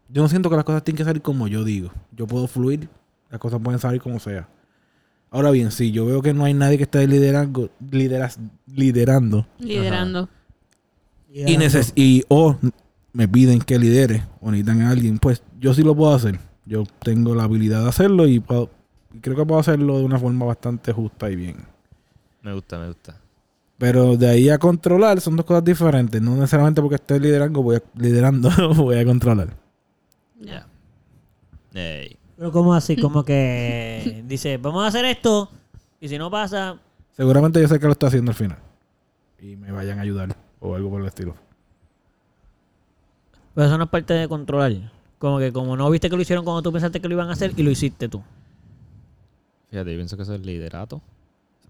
yo no siento que las cosas tienen que salir como yo digo. Yo puedo fluir, las cosas pueden salir como sea. Ahora bien, si yo veo que no hay nadie que esté liderando, lideras, liderando Liderando. y, neces y o me piden que lidere o necesitan a alguien, pues yo sí lo puedo hacer. Yo tengo la habilidad de hacerlo y puedo- y creo que puedo hacerlo de una forma bastante justa y bien. Me gusta, me gusta. Pero de ahí a controlar son dos cosas diferentes. No necesariamente porque esté liderando voy a, liderando, voy a controlar. Ya. Ey. Pero como así, como que dice, vamos a hacer esto, y si no pasa, Seguramente yo sé que lo está haciendo al final. Y me vayan a ayudar o algo por el estilo. Pero pues eso no es parte de controlar. Como que como no viste que lo hicieron cuando tú pensaste que lo iban a hacer y lo hiciste tú. Fíjate, yo pienso que eso es liderato.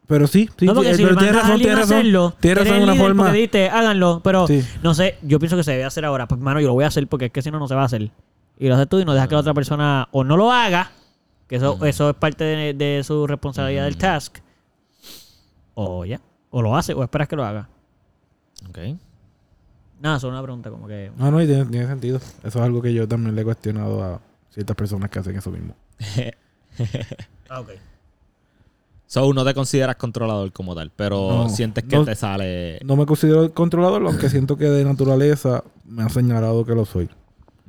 Pero sí, sí, no, porque sí, si pero le mandas a alguien a hacerlo, Tienes eres razón, el una líder forma. porque dijiste, háganlo, pero Sí. no sé, yo pienso que se debe hacer ahora. Pues, hermano, yo lo voy a hacer porque es que si no, no se va a hacer. Y lo haces tú y no dejas Ah. que la otra persona o no lo haga, que eso, eso es parte de, de su responsabilidad Ah. del task, o ya, o lo hace, o esperas que lo haga. Ok. Nada, solo una pregunta como que... No, no, y tiene, tiene sentido. Eso es algo que yo también le he cuestionado a ciertas personas que hacen eso mismo. Ah, ok. So, no te consideras controlador como tal, pero No, sientes que no- te sale. No me considero controlador, aunque siento que de naturaleza me han señalado que lo soy.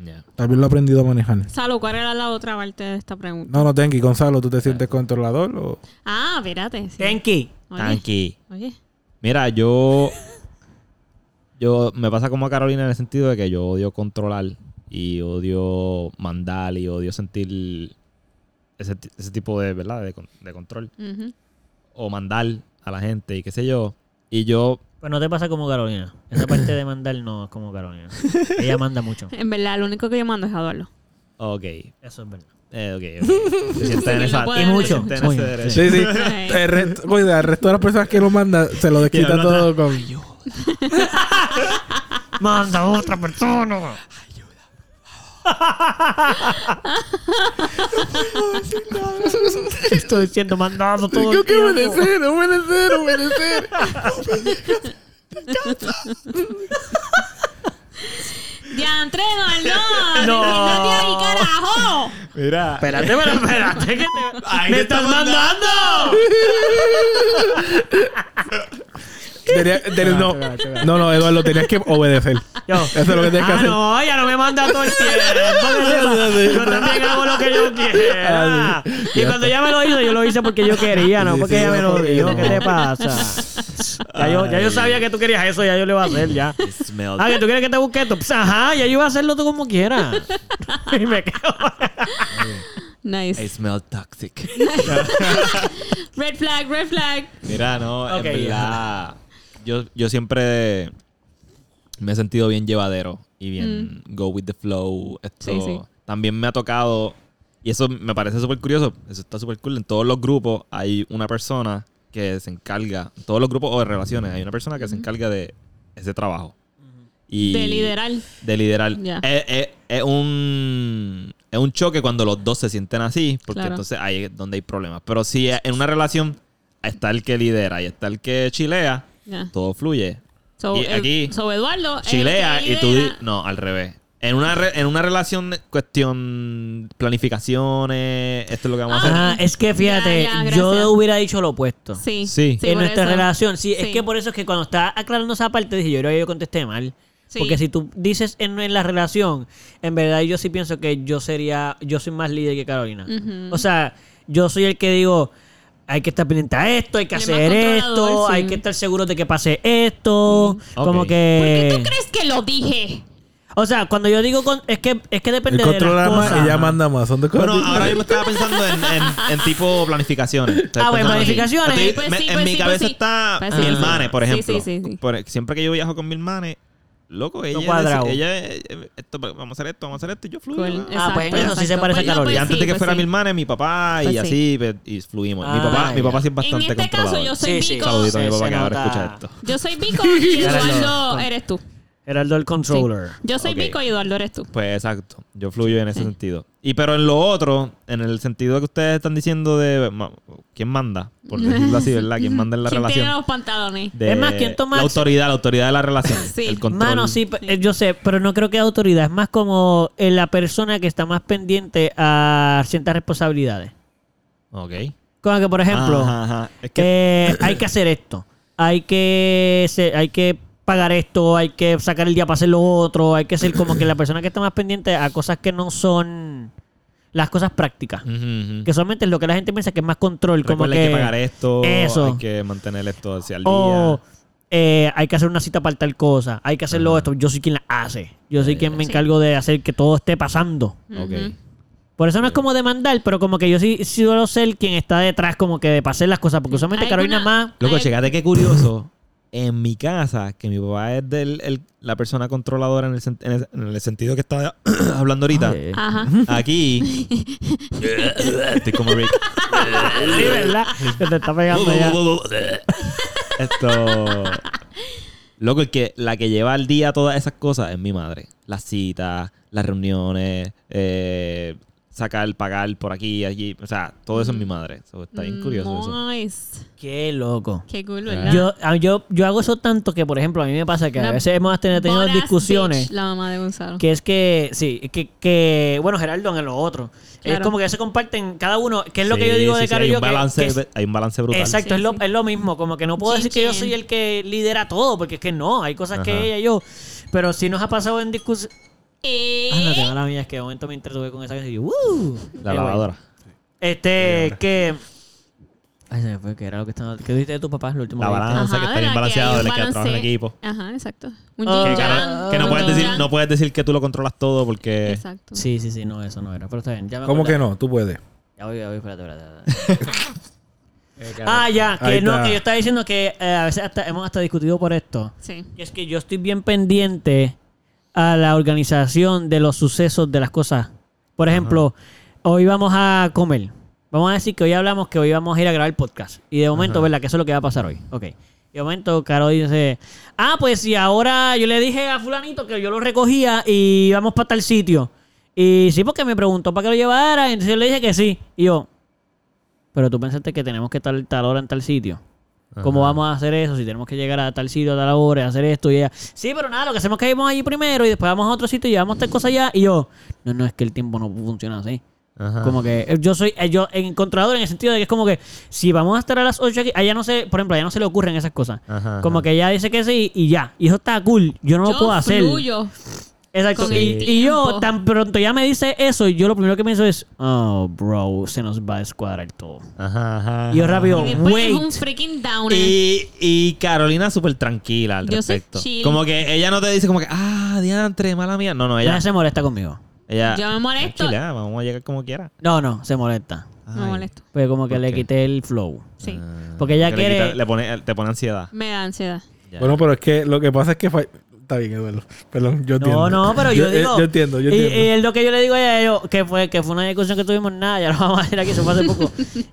Ya. Tal vez lo he aprendido a manejar. Salo, ¿cuál era la otra parte de esta pregunta? No, no, Tenki, Gonzalo, ¿tú te sientes controlador o...? Ah, espérate. sí. Tenki. Oye, Tranqui. Oye. Mira, yo. Yo. Me pasa como a Carolina en el sentido de que yo odio controlar y odio mandar y odio sentir ese, ti- ese tipo de, ¿verdad? De, con- de control. ujú. O mandar a la gente y qué sé yo. Y yo. Pues no te pasa como Carolina. Esa parte de mandar no es como Carolina. Ella manda mucho. En verdad, lo único que yo mando es a Eduardo. Ok. Eso es verdad. Eh, ok, ok. Te sientes en lo esa- puedo te Y mucho. sientes en Muy ese bien, derecho. Sí, sí. Ay. El resto, oye, el resto de las personas que lo mandan se lo desquita todo con... Manda a otra persona. Ayuda. Estoy siendo mandado todo el tiempo. obedecer, obedecer. ¡Diantre, Eduardo! No. ¡Defiéndete ahí, carajo! Mira. Espérate, pero espérate que te, Ahí me te estás está mandando. Tenía- tenía- no, no, no, Eduardo, tenías que obedecer. Yo. Eso es lo que tienes que ah, hacer. no, ya no me manda todo el tiempo. que sepa, Yo también hago lo que yo quiera. Y cuando ella me lo hizo, yo lo hice porque yo quería, no Sí, porque sí, ella me no, lo porque dijo. no. ¿Qué te pasa? Ya yo, ya yo sabía que tú querías eso, ya yo le iba a hacer, ya. Smell Ah, que tú quieres que te busque esto. Pues, ajá, ya yo iba a hacerlo tú como quieras. y me quedo. I Nice. smell toxic. Red flag, red flag. Mira, no, Ok, en verdad. Yo, yo siempre me he sentido bien llevadero y bien go with the flow. Esto Mm. Sí, sí. también me ha tocado. Y eso me parece súper curioso. Eso está súper cool. En todos los grupos hay una persona que se encarga. En todos los grupos o de relaciones hay una persona que se encarga de ese trabajo. Y De liderar. De liderar. Ya. Es, es- es un, es un choque cuando los dos se sienten así, porque Claro. entonces ahí es donde hay problemas. Pero si en una relación está el que lidera y está el que chilea, Ya. todo fluye. So, Y eh, aquí- so, Eduardo. es el Chilea que y tú... di- lidera. No, al revés. En una, re- en una relación, cuestión, planificaciones, esto es lo que vamos a hacer. Ajá, Ah, es que fíjate, Ya, ya, gracias. yo hubiera dicho lo opuesto. Sí. Sí. en por nuestra eso. relación. Sí, Sí. es que por eso es que cuando está aclarando esa parte, dije, yo creo que yo contesté mal. Sí. Porque si tú dices en, en la relación, en verdad yo sí pienso que yo sería, yo soy más líder que Carolina. O sea, yo soy el que digo, hay que estar pendiente a esto, hay que El más hacer esto, controlador, hay sí. que estar seguro de que pase esto. Ok. Como ¿Por qué que... tú crees que lo dije? O sea, cuando yo digo, con- es que es que Él depende Pues de controla las más, cosas. ella manda más. Son dos cosas Bueno, distintas. ahora mismo estaba pensando en, en- en tipo planificaciones. Estaba Ah, bueno, pensando en- planificaciones. Estoy- Pues me- sí, en pues mi sí, pues cabeza sí. está Pues sí, mi pues sí. hermana, por Sí, ejemplo. sí, sí, sí. Por- e, siempre que yo viajo con mi hermana, loco, ella, cuadrado. dice- ella, eh, esto, vamos a hacer esto, vamos a hacer esto, y yo fluyo. Cool. Ah, Ah, pues Exacto, eso sí se exacto. parece Pues a no, Carolina. y pues antes de sí, que pues fuera sí. mi hermana, mi papá, y Pues así, pues, y fluimos. mi Ah, papá, mi ya. papá sí es En bastante este caso, controlador. yo soy Sí, sí. Vico. Saludito a mi Se- papá se que habrá nota. escuchado esto. Yo soy Vico y Eduardo Claro. eres tú. Sí. Geraldo el controller. Yo soy Ok. Vico y Eduardo eres tú. Pues exacto, yo fluyo en ese sentido. Y pero en lo otro, en el sentido que ustedes están diciendo de ma- quién manda, por decirlo así, ¿verdad? ¿Quién manda en la ¿Quién relación? tiene los pantalones? De- Es más, ¿quién toma La acción? autoridad, la autoridad de la relación. Sí. El control. Mano, sí, pe- eh, yo sé, pero no creo que autoridad. Es más como eh, la persona que está más pendiente a ciertas responsabilidades. Ok. Como que, por ejemplo, Ajá, ajá. Es que eh, hay que hacer esto. Hay que, se- hay que pagar esto. Hay que sacar el día para hacer lo otro. Hay que ser como que la persona que está más pendiente a cosas que no son las cosas prácticas. Ujú, ujú. Que solamente es lo que la gente piensa que es más control. Como Recuerda, que, hay que pagar esto, Eso. hay que mantener esto hacia el día. O eh, hay que hacer una cita para tal cosa. Hay que hacerlo esto. Yo soy quien la hace. Yo Eh, soy quien me Sí. encargo de hacer que todo esté pasando. Ok. Ujú. Por eso no es como demandar, pero como que yo sí suelo ser quien está detrás, como que de para hacer las cosas. Porque usualmente Hay Carolina alguna- más. Loco, Ay. checate qué curioso. En mi casa, que mi papá es del, el- la persona controladora en el, sen- en el- en el sentido que estaba hablando ahorita. Oye. Ajá. Aquí. Estoy como Rick. Sí, ¿verdad? Que te está pegando ya. Uh, Esto. Loco, el que, la que lleva al día todas esas cosas es mi madre. Las citas, las reuniones, eh, sacar, pagar por aquí, allí. O sea, todo eso es mi madre. So, está bien curioso eso. Mm, Nice. Qué loco. Qué cool, ¿verdad? Yo, a- yo, yo hago eso tanto que, por ejemplo, a mí me pasa que a Una veces hemos tenido, tenido Borat discusiones. bitch, la mamá de Gonzalo. Que es que, sí, que, que bueno, Gerardo en lo otro. Es Claro. como que ya se comparten cada uno, que es lo que Sí, yo digo sí, de sí, Caro y hay yo. un que- balance, que es- hay un balance brutal. exacto, Sí, es, lo, sí. es lo mismo, como que no puedo Chin, decir que yo chin. soy el que lidera todo, porque es que no, hay cosas Ajá. que ella y yo. Pero sí nos ha pasado en discusión. Eh, Ah, no, tengo la mía, es que de momento me entretuve con esa canción y yo, ¡uh! La Anyway, lavadora. Este, que. Ay, se me fue, que era lo que estaba. ¿Qué dijiste de tus papás? Lo último Ah, La que dijiste? balanza. no sé, que está ¿verdad? bien balanceado, hay un de que trabaja en balance. equipo. Ajá, exacto. Un Oh. yin Que, yang, Carol, que no un puedes yin decir, yang. no puedes decir que tú lo controlas todo porque Exacto. Sí, sí, sí, no, eso no era. Pero está bien, ya me ¿Cómo acordé. que no? Tú puedes. Ya voy, ya voy, espérate, espérate. espérate. ah, ya, que Ahí no, está. que yo estaba diciendo que eh, a veces hasta, hemos hasta discutido por esto. Sí. Y es que yo estoy bien pendiente a la organización de los sucesos de las cosas. Por ejemplo, hoy vamos a comer. Vamos a decir que hoy hablamos que hoy vamos a ir a grabar el podcast. Y de momento, ¿verdad? Que eso es lo que va a pasar hoy. Ok. Y de momento, Caro dice, ah, pues si ahora yo le dije a fulanito que yo lo recogía y vamos para tal sitio. Y sí, porque me preguntó para que lo llevara. Entonces yo le dije que sí. Y yo, pero tú pensaste que tenemos que estar tal hora en tal sitio. ¿Cómo vamos a hacer eso? Si tenemos que llegar a tal sitio a tal hora, y hacer esto y ella. Sí, pero nada, lo que hacemos es que vamos allí primero y después vamos a otro sitio y llevamos tal cosa allá. Y yo, no, no, es que el tiempo no funciona así. Ajá. Como que eh, yo soy, eh, yo en controlador en el sentido de que es como que si vamos a estar a las 8 aquí, allá no se, por ejemplo, allá no se le ocurren esas cosas. Ajá, como ajá. que ella dice que sí y ya. Y eso está cool, yo no lo Yo puedo hacer. fluyo. Exacto. con Y, el y yo, tiempo. tan pronto ya me dice eso, yo lo primero que pienso es, oh, bro, se nos va a descuadrar todo. Ajá, ajá, Y yo ajá. rápido, Y después es un wait. freaking downer. Y, y Carolina súper tranquila al Yo soy respecto. chill. Como que ella no te dice como que, ah, diantre, mala mía. No, no, ella... Ella se molesta conmigo. ella Yo me molesto. Tranquila, vamos a llegar como quiera. No, no, se molesta. Me Ay. molesto. Porque como que ¿Por le qué? quité el flow. Sí. Ah, Porque ella que le quiere- quita- le pone, te pone ansiedad. Me da ansiedad. Ya. Bueno, pero es que lo que pasa es que... fall- Está bien, Eduardo. Perdón, yo entiendo. No, no, pero yo, eh, digo. Yo entiendo, yo y- entiendo. Y, es lo que yo le digo a ella, yo, que fue, que fue una discusión que tuvimos nada, ya lo vamos a hacer aquí, eso fue hace poco.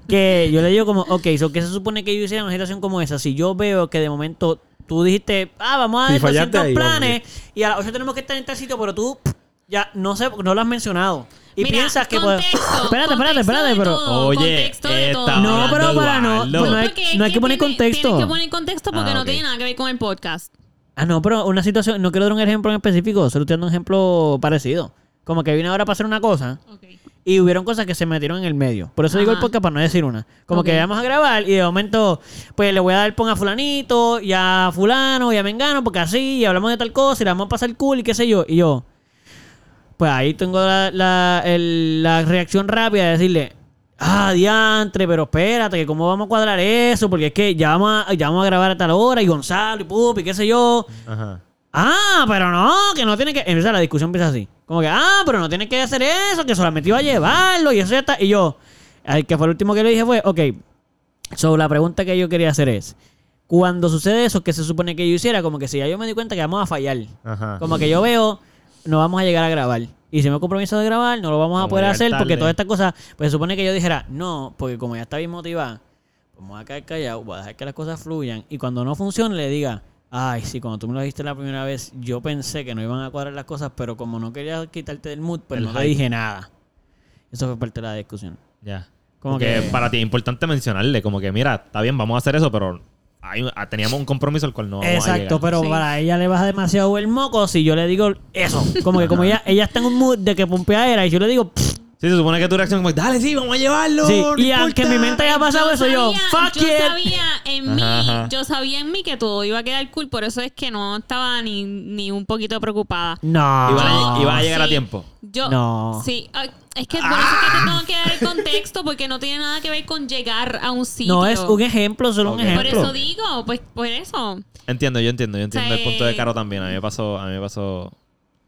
que yo le digo como, ok, so, ¿qué se supone que yo hiciera en una situación como esa? Si yo veo que de momento Tú dijiste, ah, vamos a Sí, ver fallaste 200 ahí, planes y a las 8 tenemos que estar en tal sitio, pero tú pff, ya no sé, no lo has mencionado. Y Mira, piensas que eh, puede- contexto, Espérate, espérate, contexto espérate, de pero todo, Oye, contexto de esta todo. No, pero para no, Eduardo. pues no hay, Porque es no hay que poner tiene- contexto. Tienes que poner contexto porque Ah, no ok. tiene nada que ver con el podcast. Ah, no, pero una situación, no quiero dar un ejemplo en específico, solo estoy dando un ejemplo parecido. Como que vine ahora para hacer una cosa y hubieron cosas que se metieron en el medio. Por eso digo el Ajá. podcast para no decir una. Como Ok. que vamos a grabar y de momento, pues le voy a dar pon a fulanito y a fulano y a mengano, porque así, y hablamos de tal cosa y le vamos a pasar cool y qué sé yo. Y yo, pues ahí tengo la, la- el- la reacción rápida de decirle, ah, diantre, pero espérate, que cómo vamos a cuadrar eso, porque es que ya vamos a, ya vamos a grabar a tal hora y Gonzalo y Pupi, qué sé yo. Ajá. Ah, pero no, que no tiene que. Empieza la discusión, empieza así. Como que, ah, pero no tiene que hacer eso, que solamente iba a llevarlo y eso ya está. Y yo, el que fue el último que le dije fue, ok, so la pregunta que yo quería hacer es: cuando sucede eso, ¿qué se supone que yo hiciera? Como que si ya yo me di cuenta que vamos a fallar. Ajá. Como que yo veo, no vamos a llegar a grabar. Y si me compromiso de grabar, no lo vamos a Vamos a poder llegar hacer porque tarde. todas estas cosas, pues se supone que yo dijera, no, porque como ya está bien motivada, vamos a caer callado, voy a dejar que las cosas fluyan. Y cuando no funcione, le diga, ay, sí, cuando tú me lo dijiste la primera vez, yo pensé que no iban a cuadrar las cosas, pero como no quería quitarte del mood, pues El no te hype. dije nada. Eso fue parte de la discusión. Ya. Como Como que- que para ti es importante mencionarle, como que mira, está bien, vamos a hacer eso, pero hay- ah, teníamos un compromiso al cual no vamos a Exacto, llegar. pero Sí. para ella le baja demasiado el moco si yo le digo eso. Como que como ella, ella está en un mood de que pompea era y yo le digo, "Pff, Sí, se supone que tu reacción es como, dale, sí, vamos a llevarlo. Sí, no y aunque importa". mi mente haya pasado eso, yo, fuck yo it. sabía en mí, Ajá, ajá. yo sabía en mí que todo iba a quedar cool, por eso es que no estaba ni, ni un poquito preocupada. No. Y van a- y van Ah. a llegar a Sí, tiempo. Yo, No. Ah. Sí, ay, es que por eso es que te tengo que dar el contexto porque no tiene nada que ver con llegar a un sitio. No es un ejemplo, solo Ok. un Por ejemplo. eso digo, pues por eso. Entiendo, yo entiendo, yo entiendo el Sí. punto de Caro también. A mí me pasó, a mí me pasó.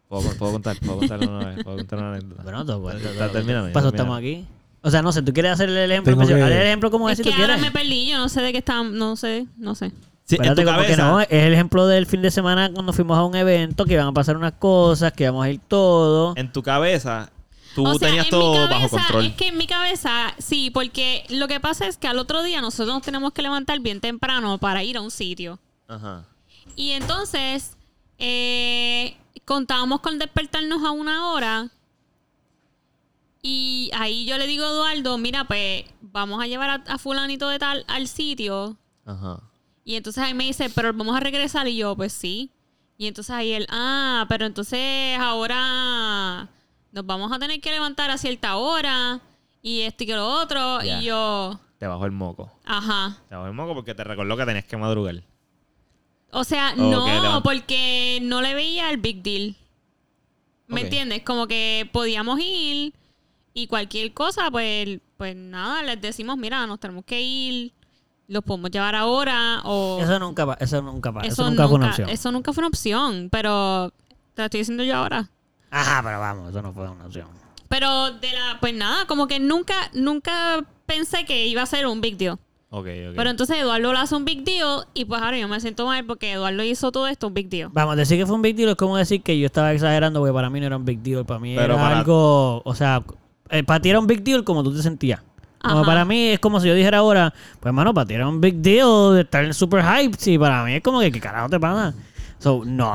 Puedo, puedo contar, puedo contar una vez, puedo contar una anécdota. Bueno, te cuento, te Está- termina, Paso, termina. Pues estamos aquí. O sea, no sé, tú quieres hacer el ejemplo. Tengo específico? que- Haz el ejemplo como es si es que tú ahora quieres. me perdí, yo no sé de qué está, no sé, no sé. Sí, en Espérate, tu como que cabeza. no, es el ejemplo del fin de semana cuando fuimos a un evento que iban a pasar unas cosas, que íbamos a ir todo. En tu cabeza, tú O sea, tenías en todo mi cabeza, bajo control. Es que en mi cabeza, sí, porque lo que pasa es que al otro día nosotros nos tenemos que levantar bien temprano para ir a un sitio. Ajá. Y entonces, eh, contábamos con despertarnos a una hora. Y ahí yo le digo a Eduardo, mira, pues vamos a llevar a, a fulanito de tal al sitio. Ajá. Y entonces ahí me dice, pero vamos a regresar. Y yo, pues sí. Y entonces ahí él, ah, pero entonces ahora nos vamos a tener que levantar a cierta hora. Y esto y que lo otro. Ya. Y yo, Te bajó el moco. ajá. Te bajó el moco porque te recordó que tenías que madrugar. O sea, Ok, no, levanta. porque no le veía el big deal. ¿Me Ok. entiendes? Como que podíamos ir y cualquier cosa, pues, pues nada, les decimos, mira, nos tenemos que ir, los podemos llevar ahora o... Eso nunca, pa- eso nunca, pa- eso nunca fue una opción. Eso nunca fue una opción, pero te la estoy diciendo yo ahora. Ajá, pero vamos, eso no fue una opción. Pero de la, pues nada, como que nunca, nunca pensé que iba a ser un big deal. Ok, ok. Pero entonces Eduardo lo hace un big deal y pues ahora yo me siento mal porque Eduardo hizo todo esto un big deal. Vamos, decir que fue un big deal es como decir que yo estaba exagerando porque para mí no era un big deal. Para mí Pero era para- algo... O sea, eh, para ti era un big deal como tú te sentías. Como Ajá. para mí es como si yo dijera ahora, pues hermano, para ti era un big deal de estar en super hype. Sí, para mí es como que, ¿qué carajo te pasa? So, no.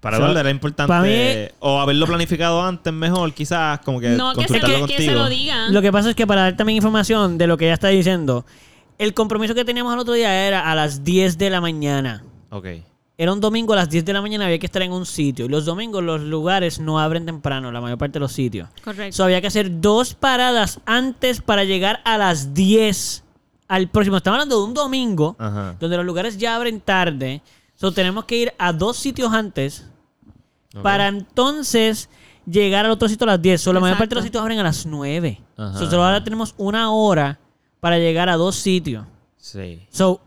Para So, Eduardo era importante. pa' mí- O haberlo planificado antes mejor, quizás, como que No, que se, consultarlo que- que se contigo. lo diga. Lo que pasa es que para dar también información de lo que ella está diciendo, el compromiso que teníamos el otro día era a las 10 de la mañana. Ok. Era un domingo a las 10 de la mañana, había que estar en un sitio. Y los domingos los lugares no abren temprano, la mayor parte de los sitios. Correcto. So, había que hacer dos paradas antes para llegar a las 10 al próximo. Estamos hablando de un domingo, Ajá. donde los lugares ya abren tarde. So, tenemos que ir a dos sitios antes Ok. para entonces llegar al otro sitio a las 10. So, la mayor parte de los Exacto. sitios abren a las 9. Ajá, So, solo ahora tenemos una hora para llegar a dos sitios. Sí. So,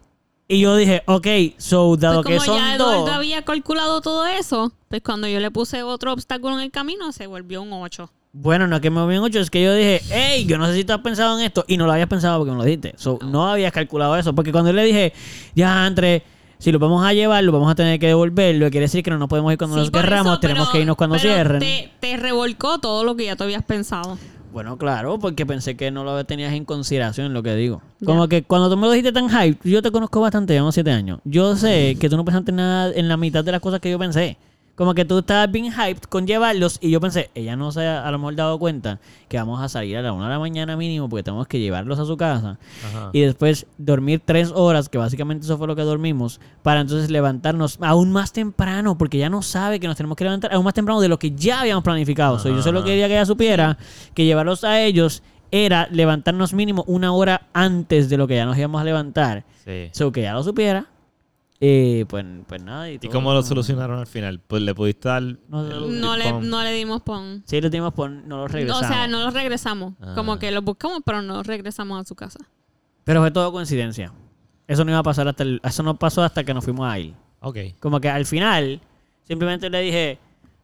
y yo dije, ok, so, dado Pues como que son ya Eduardo dos. había calculado todo eso, pues cuando yo le puse otro obstáculo en el camino, se volvió un 8. Bueno, no es que me moví en ocho, es que yo dije, hey, yo no sé si tú has pensado en esto. Y no lo habías pensado porque me lo dijiste. So, no habías calculado eso. Porque cuando yo le dije, ya, entre, si lo vamos a llevar, lo vamos a tener que devolver. Lo que quiere decir que no nos podemos ir cuando Sí, nos por querramos, eso, tenemos pero- que irnos cuando pero cierren. Te, te revolcó todo lo que ya te habías pensado. Bueno, claro, porque pensé que no lo tenías en consideración lo que digo. Como que cuando tú me lo dijiste tan hype, yo te conozco bastante, llevamos siete años. Yo sé que tú no pensaste nada en la mitad de las cosas que yo pensé. Como que tú estabas bien hyped con llevarlos y yo pensé, ella no se ha a lo mejor dado cuenta que vamos a salir a la una de la mañana mínimo porque tenemos que llevarlos a su casa Ajá. y después dormir tres horas, que básicamente eso fue lo que dormimos, para entonces levantarnos aún más temprano, porque ya no sabe que nos tenemos que levantar aún más temprano de lo que ya habíamos planificado. O sea, yo solo Ajá. quería que ella supiera que llevarlos a ellos era levantarnos mínimo una hora antes de lo que ya nos íbamos a levantar. Sí. So que ya lo supiera. Eh, pues, pues nada. ¿Y todo. cómo lo solucionaron al final? Pues le pudiste dar. el Oh. No le, pom. no le dimos pon. Sí, lo tuvimos por... No lo regresamos. O sea, no los regresamos. Ah. Como que los buscamos, pero no regresamos a su casa. Pero fue todo coincidencia. Eso no iba a pasar hasta... el- eso no pasó hasta que nos fuimos a ir. Ok. Como que al final, simplemente le dije,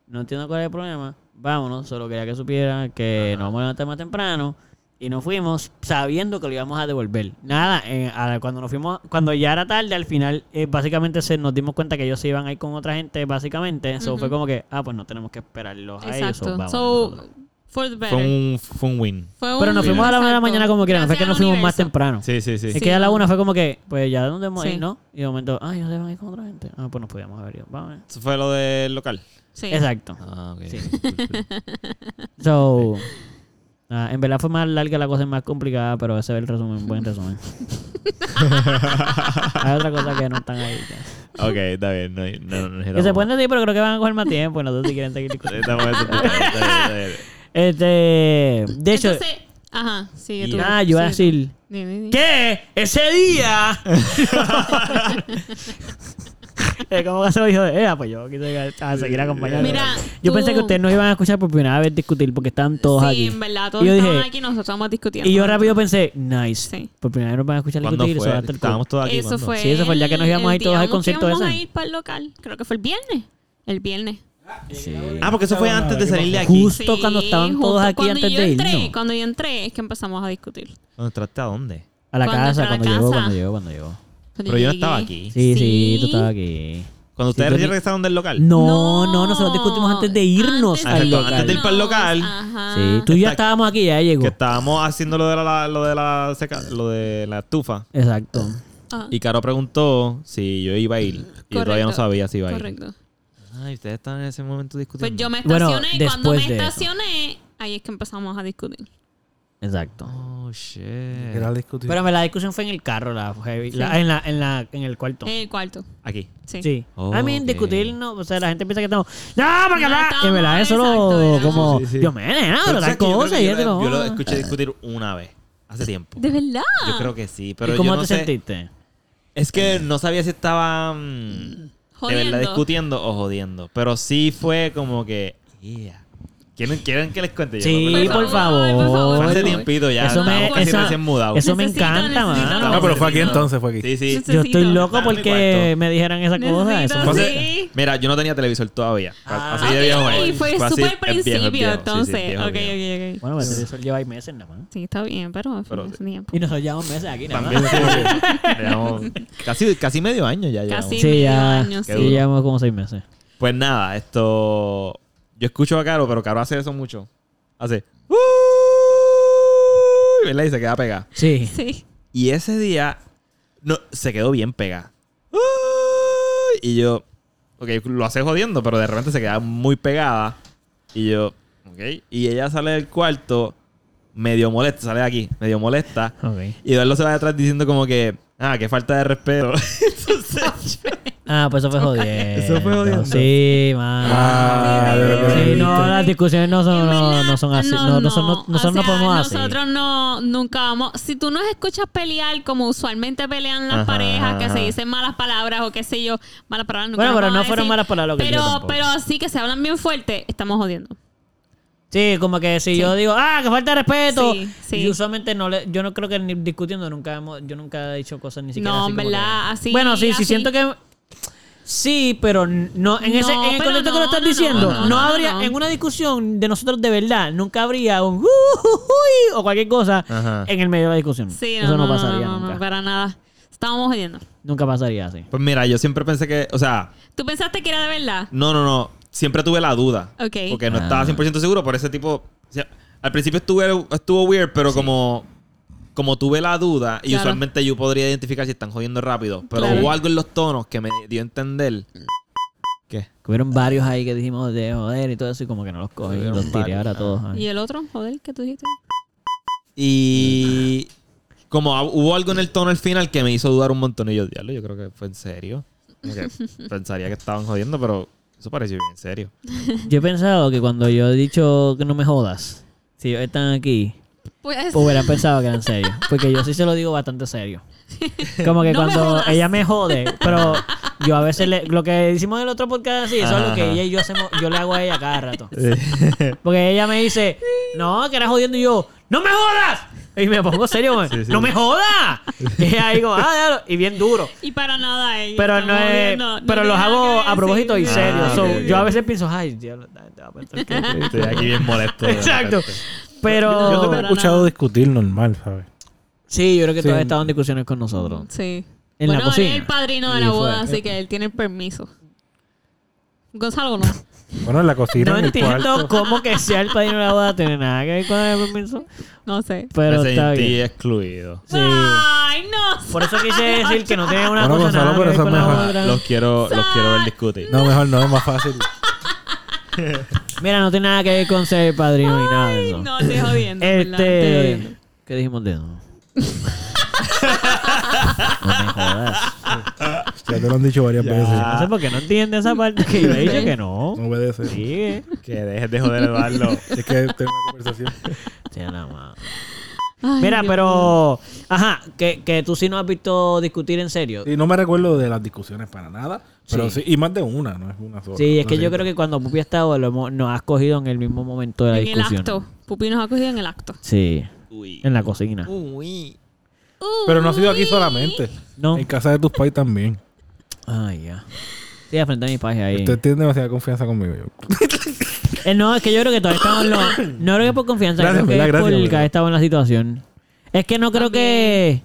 no entiendo cuál es el problema, vámonos, solo quería que supiera que nos vamos a levantar más temprano. Y nos fuimos sabiendo que lo íbamos a devolver. Nada, eh, a la- cuando nos fuimos, cuando ya era tarde, al final, eh, básicamente se, nos dimos cuenta que ellos se iban a ir con otra gente, básicamente. Eso Ujú. fue como que, ah, pues no tenemos que esperarlos a ellos. so Exacto. vámonos nosotros. So, for the Fue better. un, fue un win. Fue un- Pero nos fuimos a la una de la Exacto. mañana como quieran, fue Gracias que al nos fuimos más universo. temprano. Sí, sí, sí. Es que a la una fue como que, pues ya de dónde vamos a Sí. ir, ¿no? Y de momento, ah, ellos se van a ir con otra gente. Ah, pues nos podíamos haber ido. Vamos. Eso fue lo del local. Sí. Exacto. Ah, ok. Sí. So, ah, en verdad fue más larga la cosa y más complicada, pero ese es el resumen, buen resumen. Hay otra cosa que no están ahí. ya. ok, está bien. No, no, no, Que se pueden decir, pero creo que van a coger más tiempo. No sé si quieren seguir discutiendo. Estamos bien. Este, de hecho, Entonces, ajá, sigue tú. nada, yo voy a Sigue tú. decir Di, di, di. que ese día. Es como que se lo dijo de "Ea, pues yo quise a seguir acompañando. Mira, yo tú- pensé que ustedes nos iban a escuchar por primera vez discutir porque estaban todos sí, aquí. en verdad, todos Y yo estamos dije- aquí, nosotros estamos discutiendo. Y yo rápido pensé, nice. Sí. Por primera vez nos van a escuchar ¿Cuándo discutir y se va fue? a hacer cool. Estábamos todos aquí. Eso ¿cuándo? fue. Sí, eso fue el día que nos íbamos a ir el todos al día que concierto íbamos ese. a ir para el local. Creo que fue el viernes. El viernes. Ah, porque eso fue antes de salir de aquí. Justo cuando estaban justo todos aquí cuando antes yo de entré, irnos. Cuando yo entré, es que empezamos a discutir. ¿Dónde entraste a dónde? A la Cuando casa, entró a la cuando llegó, casa. cuando llegó, cuando llegó. Cuando Pero yo no llegué. estaba aquí. Sí, sí, Sí. tú estabas aquí. Cuando Sí, ustedes yo ni- regresaron del local. No, no, nosotros discutimos antes de irnos Antes de al irnos, local. antes de ir para el local. Ajá. Sí, tú y yo Está- estábamos aquí, ya llegó. Que estábamos haciendo lo de la, la- lo de la seca- lo de la estufa. Exacto. Ajá. Y Caro preguntó si yo iba a ir. Y yo todavía no Ah, Correcto. sabía si iba a ir. Correcto. Ay, ustedes estaban en ese momento discutiendo. Pues yo me Bueno, estacioné y cuando me después de eso. estacioné, ahí es que empezamos a discutir. Exacto. Oh, shit. Era discutir. Pero la discusión fue en el carro, la, heavy- la- Sí. en, la, en, la, en el cuarto. En el cuarto. Aquí. Sí. Sí. Oh, I mean, ok. discutir, no, o sea, la gente piensa que estamos. No, porque No, bla", En estamos- verdad, eso exacto, lo. era- Como. Sí, sí. Dios mío, nena, Pero Ah, pero tú tal sabes que yo creo cosa. que Y yo, esto, la- yo lo ah. escuché discutir una vez. Hace tiempo. ¿De verdad? Yo creo que sí. Pero ¿Y cómo yo no te sé- sentiste? Es que no sabía si estaba mm, de Jodiendo. verdad discutiendo o jodiendo. Pero sí fue como que. "Yeah". ¿Quieren, ¿Quieren que les cuente? Yo Sí, creo que- por por favor, favor. por favor. Fue hace tiempito ya. Eso me, estábamos casi eso, recién mudados. eso me Necesito, encanta, necesito. mano. No, pero fue aquí entonces, fue aquí. Sí, sí. Necesito- Yo estoy loco Estaba en mi porque cuarto. me dijeran esa cosa. Necesito, Eso Fue fue- hace- Sí. Mira, yo no tenía televisor todavía. Ah. así de viejo. Y es. fue así, súper es viejo, es principio, viejo, sí, sí, entonces. viejo, ok, viejo. ok, ok. Bueno, pero eso lleva ahí meses nada más. Sí, está bien, pero fue Pero- hace tiempo. Y nosotros llevamos meses aquí nada También más. sí, sí. Llevamos casi, casi medio año ya llevamos. Casi. Sí, ya. años, Sí, sí. llevamos como seis meses. Pues nada, esto... Yo escucho a Caro, pero Caro hace eso mucho. Hace... "Uy", ¿Verdad? Y se queda pegada. Sí. Sí. Y ese día no, se quedó bien pegada. "Uy", Y yo... Ok, lo hace jodiendo, pero de repente se queda muy pegada. Y yo... Ok. Y ella sale del cuarto medio molesta, sale de aquí, medio molesta. Ok. Y Eduardo se va detrás diciendo como que, ah, qué falta de respeto. Entonces, Ah, pues eso fue jodiendo. Eso fue jodiendo. Sí, mano. Ah, de lo que sí, me no, dijiste. las discusiones no son, En no, verdad, no son así. No, no son, no, O nosotros no sea, podemos así. Nosotros no, nunca vamos. Si tú nos escuchas pelear como usualmente pelean las Ajá, parejas, que ajá. se dicen malas palabras o qué sé yo, malas palabras nunca Bueno, las pero vamos a no fueron decir. malas palabras lo que yo Pero, tampoco. pero sí que se hablan bien fuerte, estamos jodiendo. Sí, como que si yo digo, ah, que falta de respeto. Sí, sí. Y usualmente no le, yo no creo que ni discutiendo nunca hemos, yo nunca he dicho cosas ni siquiera. No, así en como verdad, que- así, Bueno, sí, sí, así. siento que. Sí, pero n- no, en ese, No, en el pero contexto que no, lo estás no, no, diciendo, no, no, no, no, habría, no. en una discusión de nosotros de verdad, nunca habría un "Uh, "Ujujuy" uh", o cualquier cosa Ajá. en el medio de la discusión. Sí, Eso no, pasaría no, no, nunca. para nada. Estábamos jodiendo. Nunca pasaría así. pues mira, yo siempre pensé que, o sea, ¿Tú pensaste que era de verdad? no, no, no, siempre tuve la duda. Ok. Porque no Ah. estaba 100% seguro por ese tipo... o sea, Al principio estuve, estuvo weird, pero como, como tuve la duda, y Claro. usualmente yo podría identificar si están jodiendo rápido, pero Claro. hubo algo en los tonos que me dio a entender. ¿Qué? Que Hubieron varios ahí que dijimos de joder y todo eso y como que no los cogí. Hubieron Los tiré varios, ahora ah. todos. ah. ¿Y el otro? Joder, ¿qué tú dijiste? Y como hab- hubo algo en el tono al final que me hizo dudar un montón. Y yo, diablo, yo creo que fue en serio. Como que pensaría que estaban jodiendo, pero eso pareció bien serio. Yo he pensado que cuando yo he dicho que no me jodas, si ellos están aquí, Pues, pues hubieran pensado que eran serios. Porque yo sí se lo digo bastante serio. Como que No me cuando jodas. ella me jode, pero yo a veces le- lo que hicimos en el otro podcast así, eso es lo que Ajá. ella y yo hacemos, yo le hago a ella cada rato. Porque ella me dice, no, que eras jodiendo y yo, ¡no me jodas! Y me pongo serio, güey, Sí, sí. ¡no me jodas! Y ella digo, ah, déjalo", y bien duro. y para nada. eh, Pero no estamos es, viendo, no pero tiene los nada hago que a propósito y decir. serio. Ah, So, ok, ok. yo a veces pienso, ay, diablo, la gente va a pensar que-". Estoy aquí bien molesto. de Exacto. repente. Pero Yo te he para escuchado nada. discutir normal, ¿sabes? sí, yo creo que Sí. todos estaban en discusiones con nosotros. Sí. En bueno, la él cocina. es el padrino de Y la fue. boda, así que él tiene el permiso. Gonzalo no. Bueno, en la cocina, No en el entiendo cuarto. cómo que sea el padrino de la boda tiene nada que ver con el permiso, No sé. pero me está sentí bien. excluido. Sí. Ay, no. Por eso quise decir que no tiene una Bueno, cosa Gonzalo, nada que pero ver eso con es la mejor. otra. Los quiero, los quiero ver discutir. No, mejor no, es más fácil. Mira, no tiene nada que ver con ser padrino ni nada de Ay, eso. no, te jodiendo. ¿verdad? Te jodiendo. Este. ¿Qué dijimos de eso? no me jodas. Ya te lo han dicho varias veces. Ah. No sé por qué no entiende esa parte que yo he dicho que no. No obedece. Sigue. Que dejes de joder, Eduardo. Es que tengo una conversación. Sea la madre. Ay, Mira, Dios mío. pero. Ajá, que, que tú sí no has visto discutir en serio. Y no me recuerdo de las discusiones para nada. Pero Sí. sí. y más de una, no es una sola. Sí, es que No yo sé. creo que cuando Pupi ha estado, lo hemos- nos has cogido en el mismo momento de la En el discusión. acto. Pupi nos ha cogido en el acto. Sí, Uy. en la cocina. Uy. Uh, Pero no ha sido aquí solamente. No. En casa de tus pais también. Ay, Ah, ya. Sí, al frente a mi paje ahí. Usted tiene demasiada confianza conmigo. Yo. Eh, no, es que yo creo que todavía estamos en lo- No creo que por confianza, Gracias, creo que ¿verdad? es Gracias, por ¿verdad? que has estado en la situación. Es que no creo que...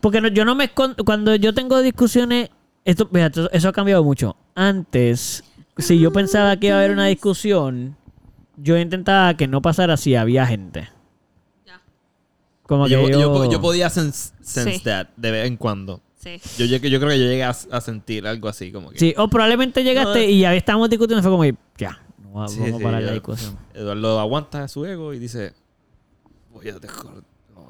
Porque no- yo no me escondo... Cuando yo tengo discusiones... Esto, mira, esto- eso ha cambiado mucho. Antes, si yo pensaba que iba a haber una discusión, yo intentaba que no pasara si había gente. Ya. Como que Yo, yo... yo- yo podía sense, sense Sí. that de vez en cuando. Sí. Yo, llegué- yo creo que yo llegué a, a sentir algo así como que... Sí, o probablemente llegaste y ya estábamos discutiendo. Fue como... Ya, no va- vamos Sí, a sí, parar yo- la discusión. Eduardo aguanta su ego y dice... Voy a dejarlo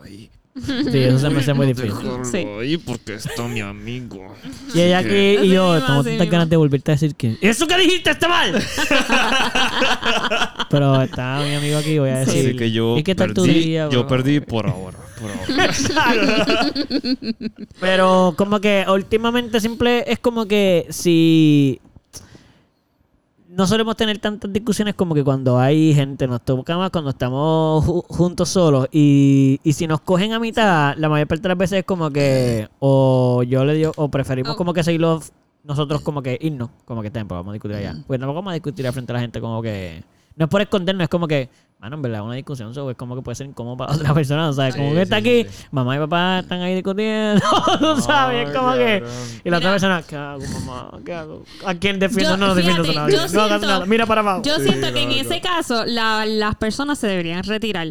ahí. Sí, eso se me hace muy difícil. Dejarlo Sí. ahí porque está mi amigo. Y ella aquí Así y yo mismo, tengo así tantas mismo. ganas de volverte a decir que ¡Eso que dijiste está mal! Pero está mi amigo aquí, voy a Sí. decir. Así que yo ¿Y qué tal tu perdí- día, Yo bro? perdí por ahora, por ahora. Pero como que últimamente simple es como que si... No solemos tener tantas discusiones como que cuando hay gente, nos toca más cuando estamos ju- juntos solos. Y, y si nos cogen a mitad, la mayor parte de las veces es como que o yo le digo, o preferimos Oh. como que seguirlo f- nosotros como que irnos, como que tiempo, vamos a discutir allá. Pues tampoco vamos a discutir al frente a la gente como que... No es por escondernos, es como que, mano, en verdad, una discusión sobre es como que puede ser incómodo para otra persona, o sea, como Sí, que está sí, aquí, sí, sí. mamá y papá están ahí discutiendo, tú sabes, es como que... Y la otra persona, ¿qué hago, mamá? ¿Qué hago? ¿A quién defiendo? Yo- no, no defiendo fíjate, a yo nadie. No hagas siento- nada. Mira para abajo. Yo siento que en ese caso la- las personas se deberían retirar.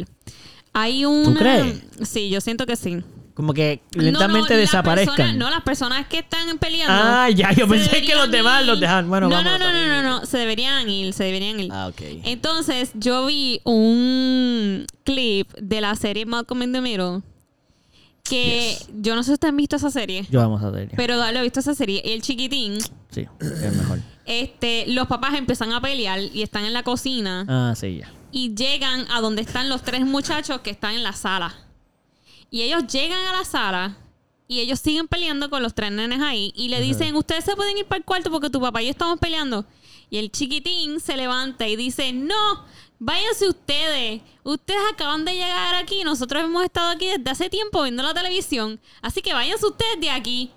Hay una... crees? Sí, yo siento que sí. Como que lentamente No, no, las desaparezcan. personas- no, las personas que están peleando. Ah, ya, yo se pensé que los deberían demás ir. los dejan. Bueno, no, vamos no, no, también. no, no, no, se deberían ir, se deberían ir. Ah, ok. Entonces, yo vi un clip de la serie Malcolm in the Middle. Que yo no sé si ustedes han visto esa serie, Yo vamos a ver. pero lo he visto esa serie. El chiquitín, Sí, es mejor. este, los papás empiezan a pelear y están en la cocina Ah, sí, ya. y llegan a donde están los tres muchachos que están en la sala. Y ellos llegan a la sala y ellos siguen peleando con los tres nenes ahí y le dicen, ustedes se pueden ir para el cuarto porque tu papá y yo estamos peleando. Y el chiquitín se levanta y dice, no, váyanse ustedes. Ustedes acaban de llegar aquí. Nosotros hemos estado aquí desde hace tiempo viendo la televisión. Así que váyanse ustedes de aquí.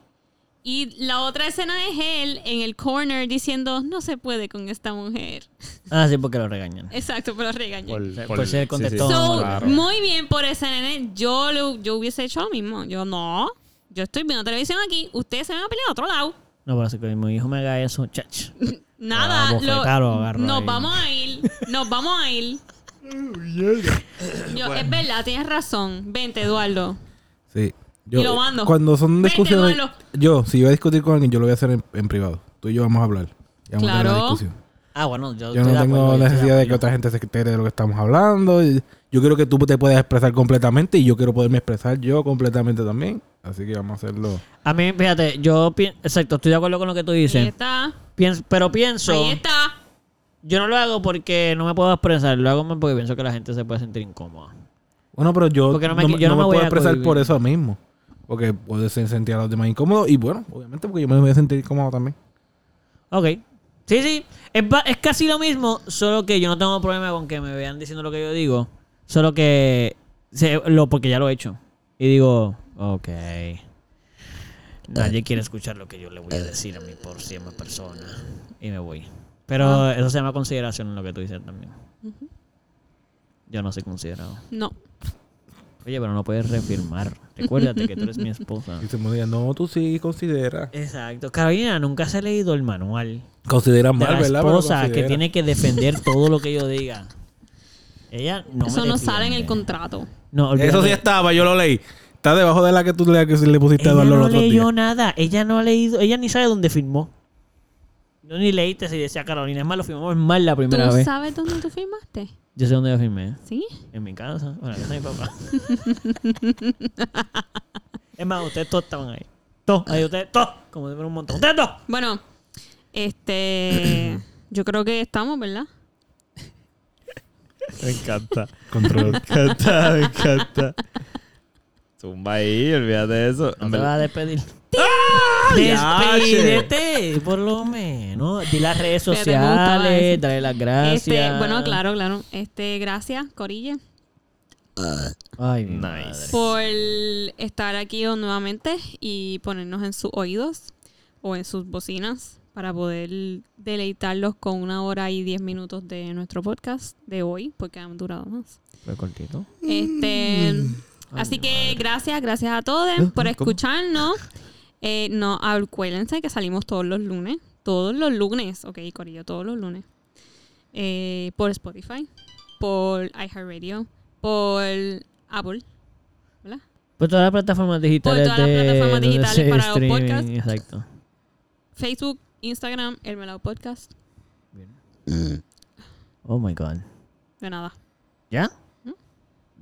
Y la otra escena es él en el corner diciendo, no se puede con esta mujer. Ah, sí, porque lo regañan. Exacto, pero regaña. Por- por ser el contexto. So, Claro. muy bien por ese nene. Yo, lo- yo hubiese hecho lo mismo. Yo, no. Yo estoy viendo televisión aquí. Ustedes se van a pelear a otro lado. No, pero si que mi hijo me haga eso, chach. Nada. Ah, bofetada pues, lo agarro nos ahí. vamos a ir. Nos vamos a ir. Yo, Es verdad, tienes razón. Vente, Eduardo. Sí. Yo, Y lo mando. Cuando son Vete, discusiones. duelo. Yo, si yo voy a discutir con alguien, yo lo voy a hacer en, en privado. Tú y yo vamos a hablar. Y vamos a tener Claro. la discusión. Ah, bueno, yo, Yo no estoy de tengo acuerdo, yo estoy necesidad de que acuerdo. otra gente se entere de lo que estamos hablando. y Yo quiero que tú te puedas expresar completamente y yo quiero poderme expresar yo completamente también. Así que vamos a hacerlo. A mí, fíjate, yo... pien- Exacto, estoy de acuerdo con lo que tú Ahí dices. está. Pienso- pero pienso... Ahí está. Yo no lo hago porque no me puedo expresar, lo hago porque pienso que la gente se puede sentir incómoda. Bueno, pero yo Porque no no me- me, yo no me no me voy puedo a expresar cohibir. por eso mismo. Porque puede ser- sentir a los demás incómodos. Y bueno, obviamente porque yo me voy a sentir incómodo también. Ok. Sí, sí. Es, ba- es casi lo mismo, solo que yo no tengo problema con que me vean diciendo lo que yo digo. Solo que... se- lo, porque ya lo he hecho. Y digo, ok. Nadie quiere escuchar lo que yo le voy a decir a mí por 100 personas. Y me voy. Pero eso se llama consideración en lo que tú dices también. Yo no soy considerado. No. Oye, pero no puedes reafirmar. Recuérdate que tú eres mi esposa. Y se me diga, no, tú sí consideras. Exacto. Carolina nunca se ha leído el manual Consideras de mal, la ¿verdad? Pero esposa que considera. tiene que defender todo lo que yo diga. Ella no me Eso no sale en defiende. el contrato. No, Eso sí olvídate. estaba, yo lo leí. Está debajo de la que tú le, que le pusiste a Ella Eduardo no los otros leyó días. nada. Ella no ha leído. Ella ni sabe dónde firmó. No ni leíste si decía Carolina. Es más, lo firmamos mal la primera ¿Tú vez. sabes dónde tú firmaste? Yo sé dónde yo firmé. ¿Sí? En mi casa. Bueno, en la casa de mi papá. es más, ustedes todos estaban ahí. Todos. Ahí ustedes. Todos. Como de un montón. ¡Ustedes todos! Bueno, este. yo creo que estamos, ¿verdad? Me encanta. Control. Me encanta, me encanta. Zumba ahí, olvídate de eso. No te vas a despedir. Despídete, por lo menos. Di las redes Espérate, me gustaba sociales, eso. dale las gracias. Este, bueno, claro, claro. Este, gracias, Corille, Ay, mi Nice. madre. por estar aquí nuevamente y ponernos en sus oídos o en sus bocinas para poder deleitarlos con una hora y diez minutos de nuestro podcast de hoy, porque han durado más. Fue cortito. Este, así que gracias, gracias a todos por escucharnos. Eh, no, acuérdense que salimos todos los lunes. Todos los lunes, ok, Corillo, todos los lunes. Eh, por Spotify, por iHeartRadio, por Apple, ¿verdad? Por Pues todas las plataformas digitales. Por Pues todas las de- plataformas donde digitales se para los streaming, podcasts. Exacto. Facebook, Instagram, El Melao Podcast. Oh my god. De nada. ¿Ya? ¿Mm? O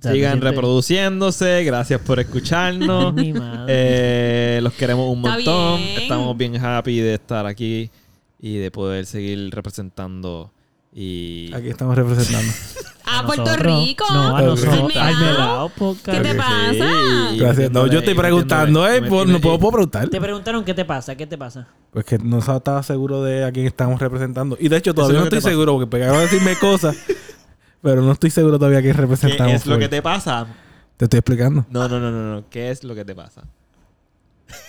sea, Sigan te sientes- reproduciéndose. Gracias por escucharnos. Mi madre. Eh, los queremos un Está montón. bien. Estamos bien happy de estar aquí y de poder seguir representando. Y Aquí estamos representando. ¡A A Ah, Puerto nosotros. Rico! No, a Al nosotros. Melao. Al melao podcast. ¿Qué te Claro que pasa? sí. Gracias. No, yo estoy Metiéndole- preguntando, eh, metiéndole- pues, no puedo, puedo preguntar. Te preguntaron qué te pasa, qué te pasa. Pues que no estaba seguro de a quién estamos representando. Y de hecho, todavía Eso no es lo que estoy te pasa. seguro porque pegaron a decirme cosas. Pero no estoy seguro todavía a quién representamos. ¿Qué es lo Flor. que te pasa? Te estoy explicando. No, no, no, no, no. ¿Qué es lo que te pasa?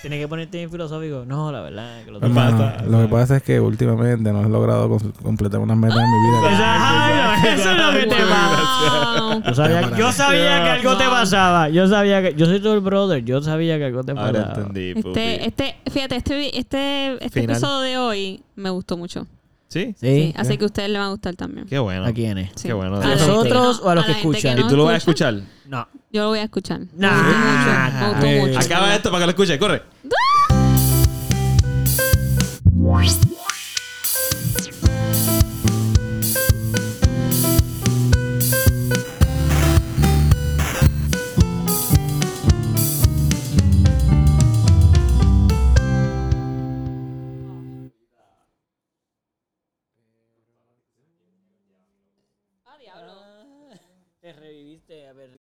Tienes que ponerte bien filosófico. No, la verdad. es Que lo Pues, Hermano, pasa. lo que pasa es que últimamente no he logrado cons- completar unas metas en mi vida. Exacto, eso es lo que te pasa. Wow. Yo sabía, yo sabía que algo te pasaba. Yo sabía que. Yo soy tu brother. Yo sabía que algo te Ahora pasaba. entendí. Este, pupi. este, fíjate, este, este, este Final. episodio de hoy me gustó mucho. Sí. Sí. ¿eh? Sí, así que a ustedes les va a gustar también. Qué bueno. ¿A quiénes? Sí. Qué bueno. A ¿A la nosotros gente no- o a los que la gente escuchan? no ¿Y tú lo vas a escucha, escuchar? Ah, No. Yo lo voy a escuchar. Me Nah. gustó mucho, me gustó Eh. mucho. Acaba esto para que lo escuche. Corre. Te reviviste, a ver.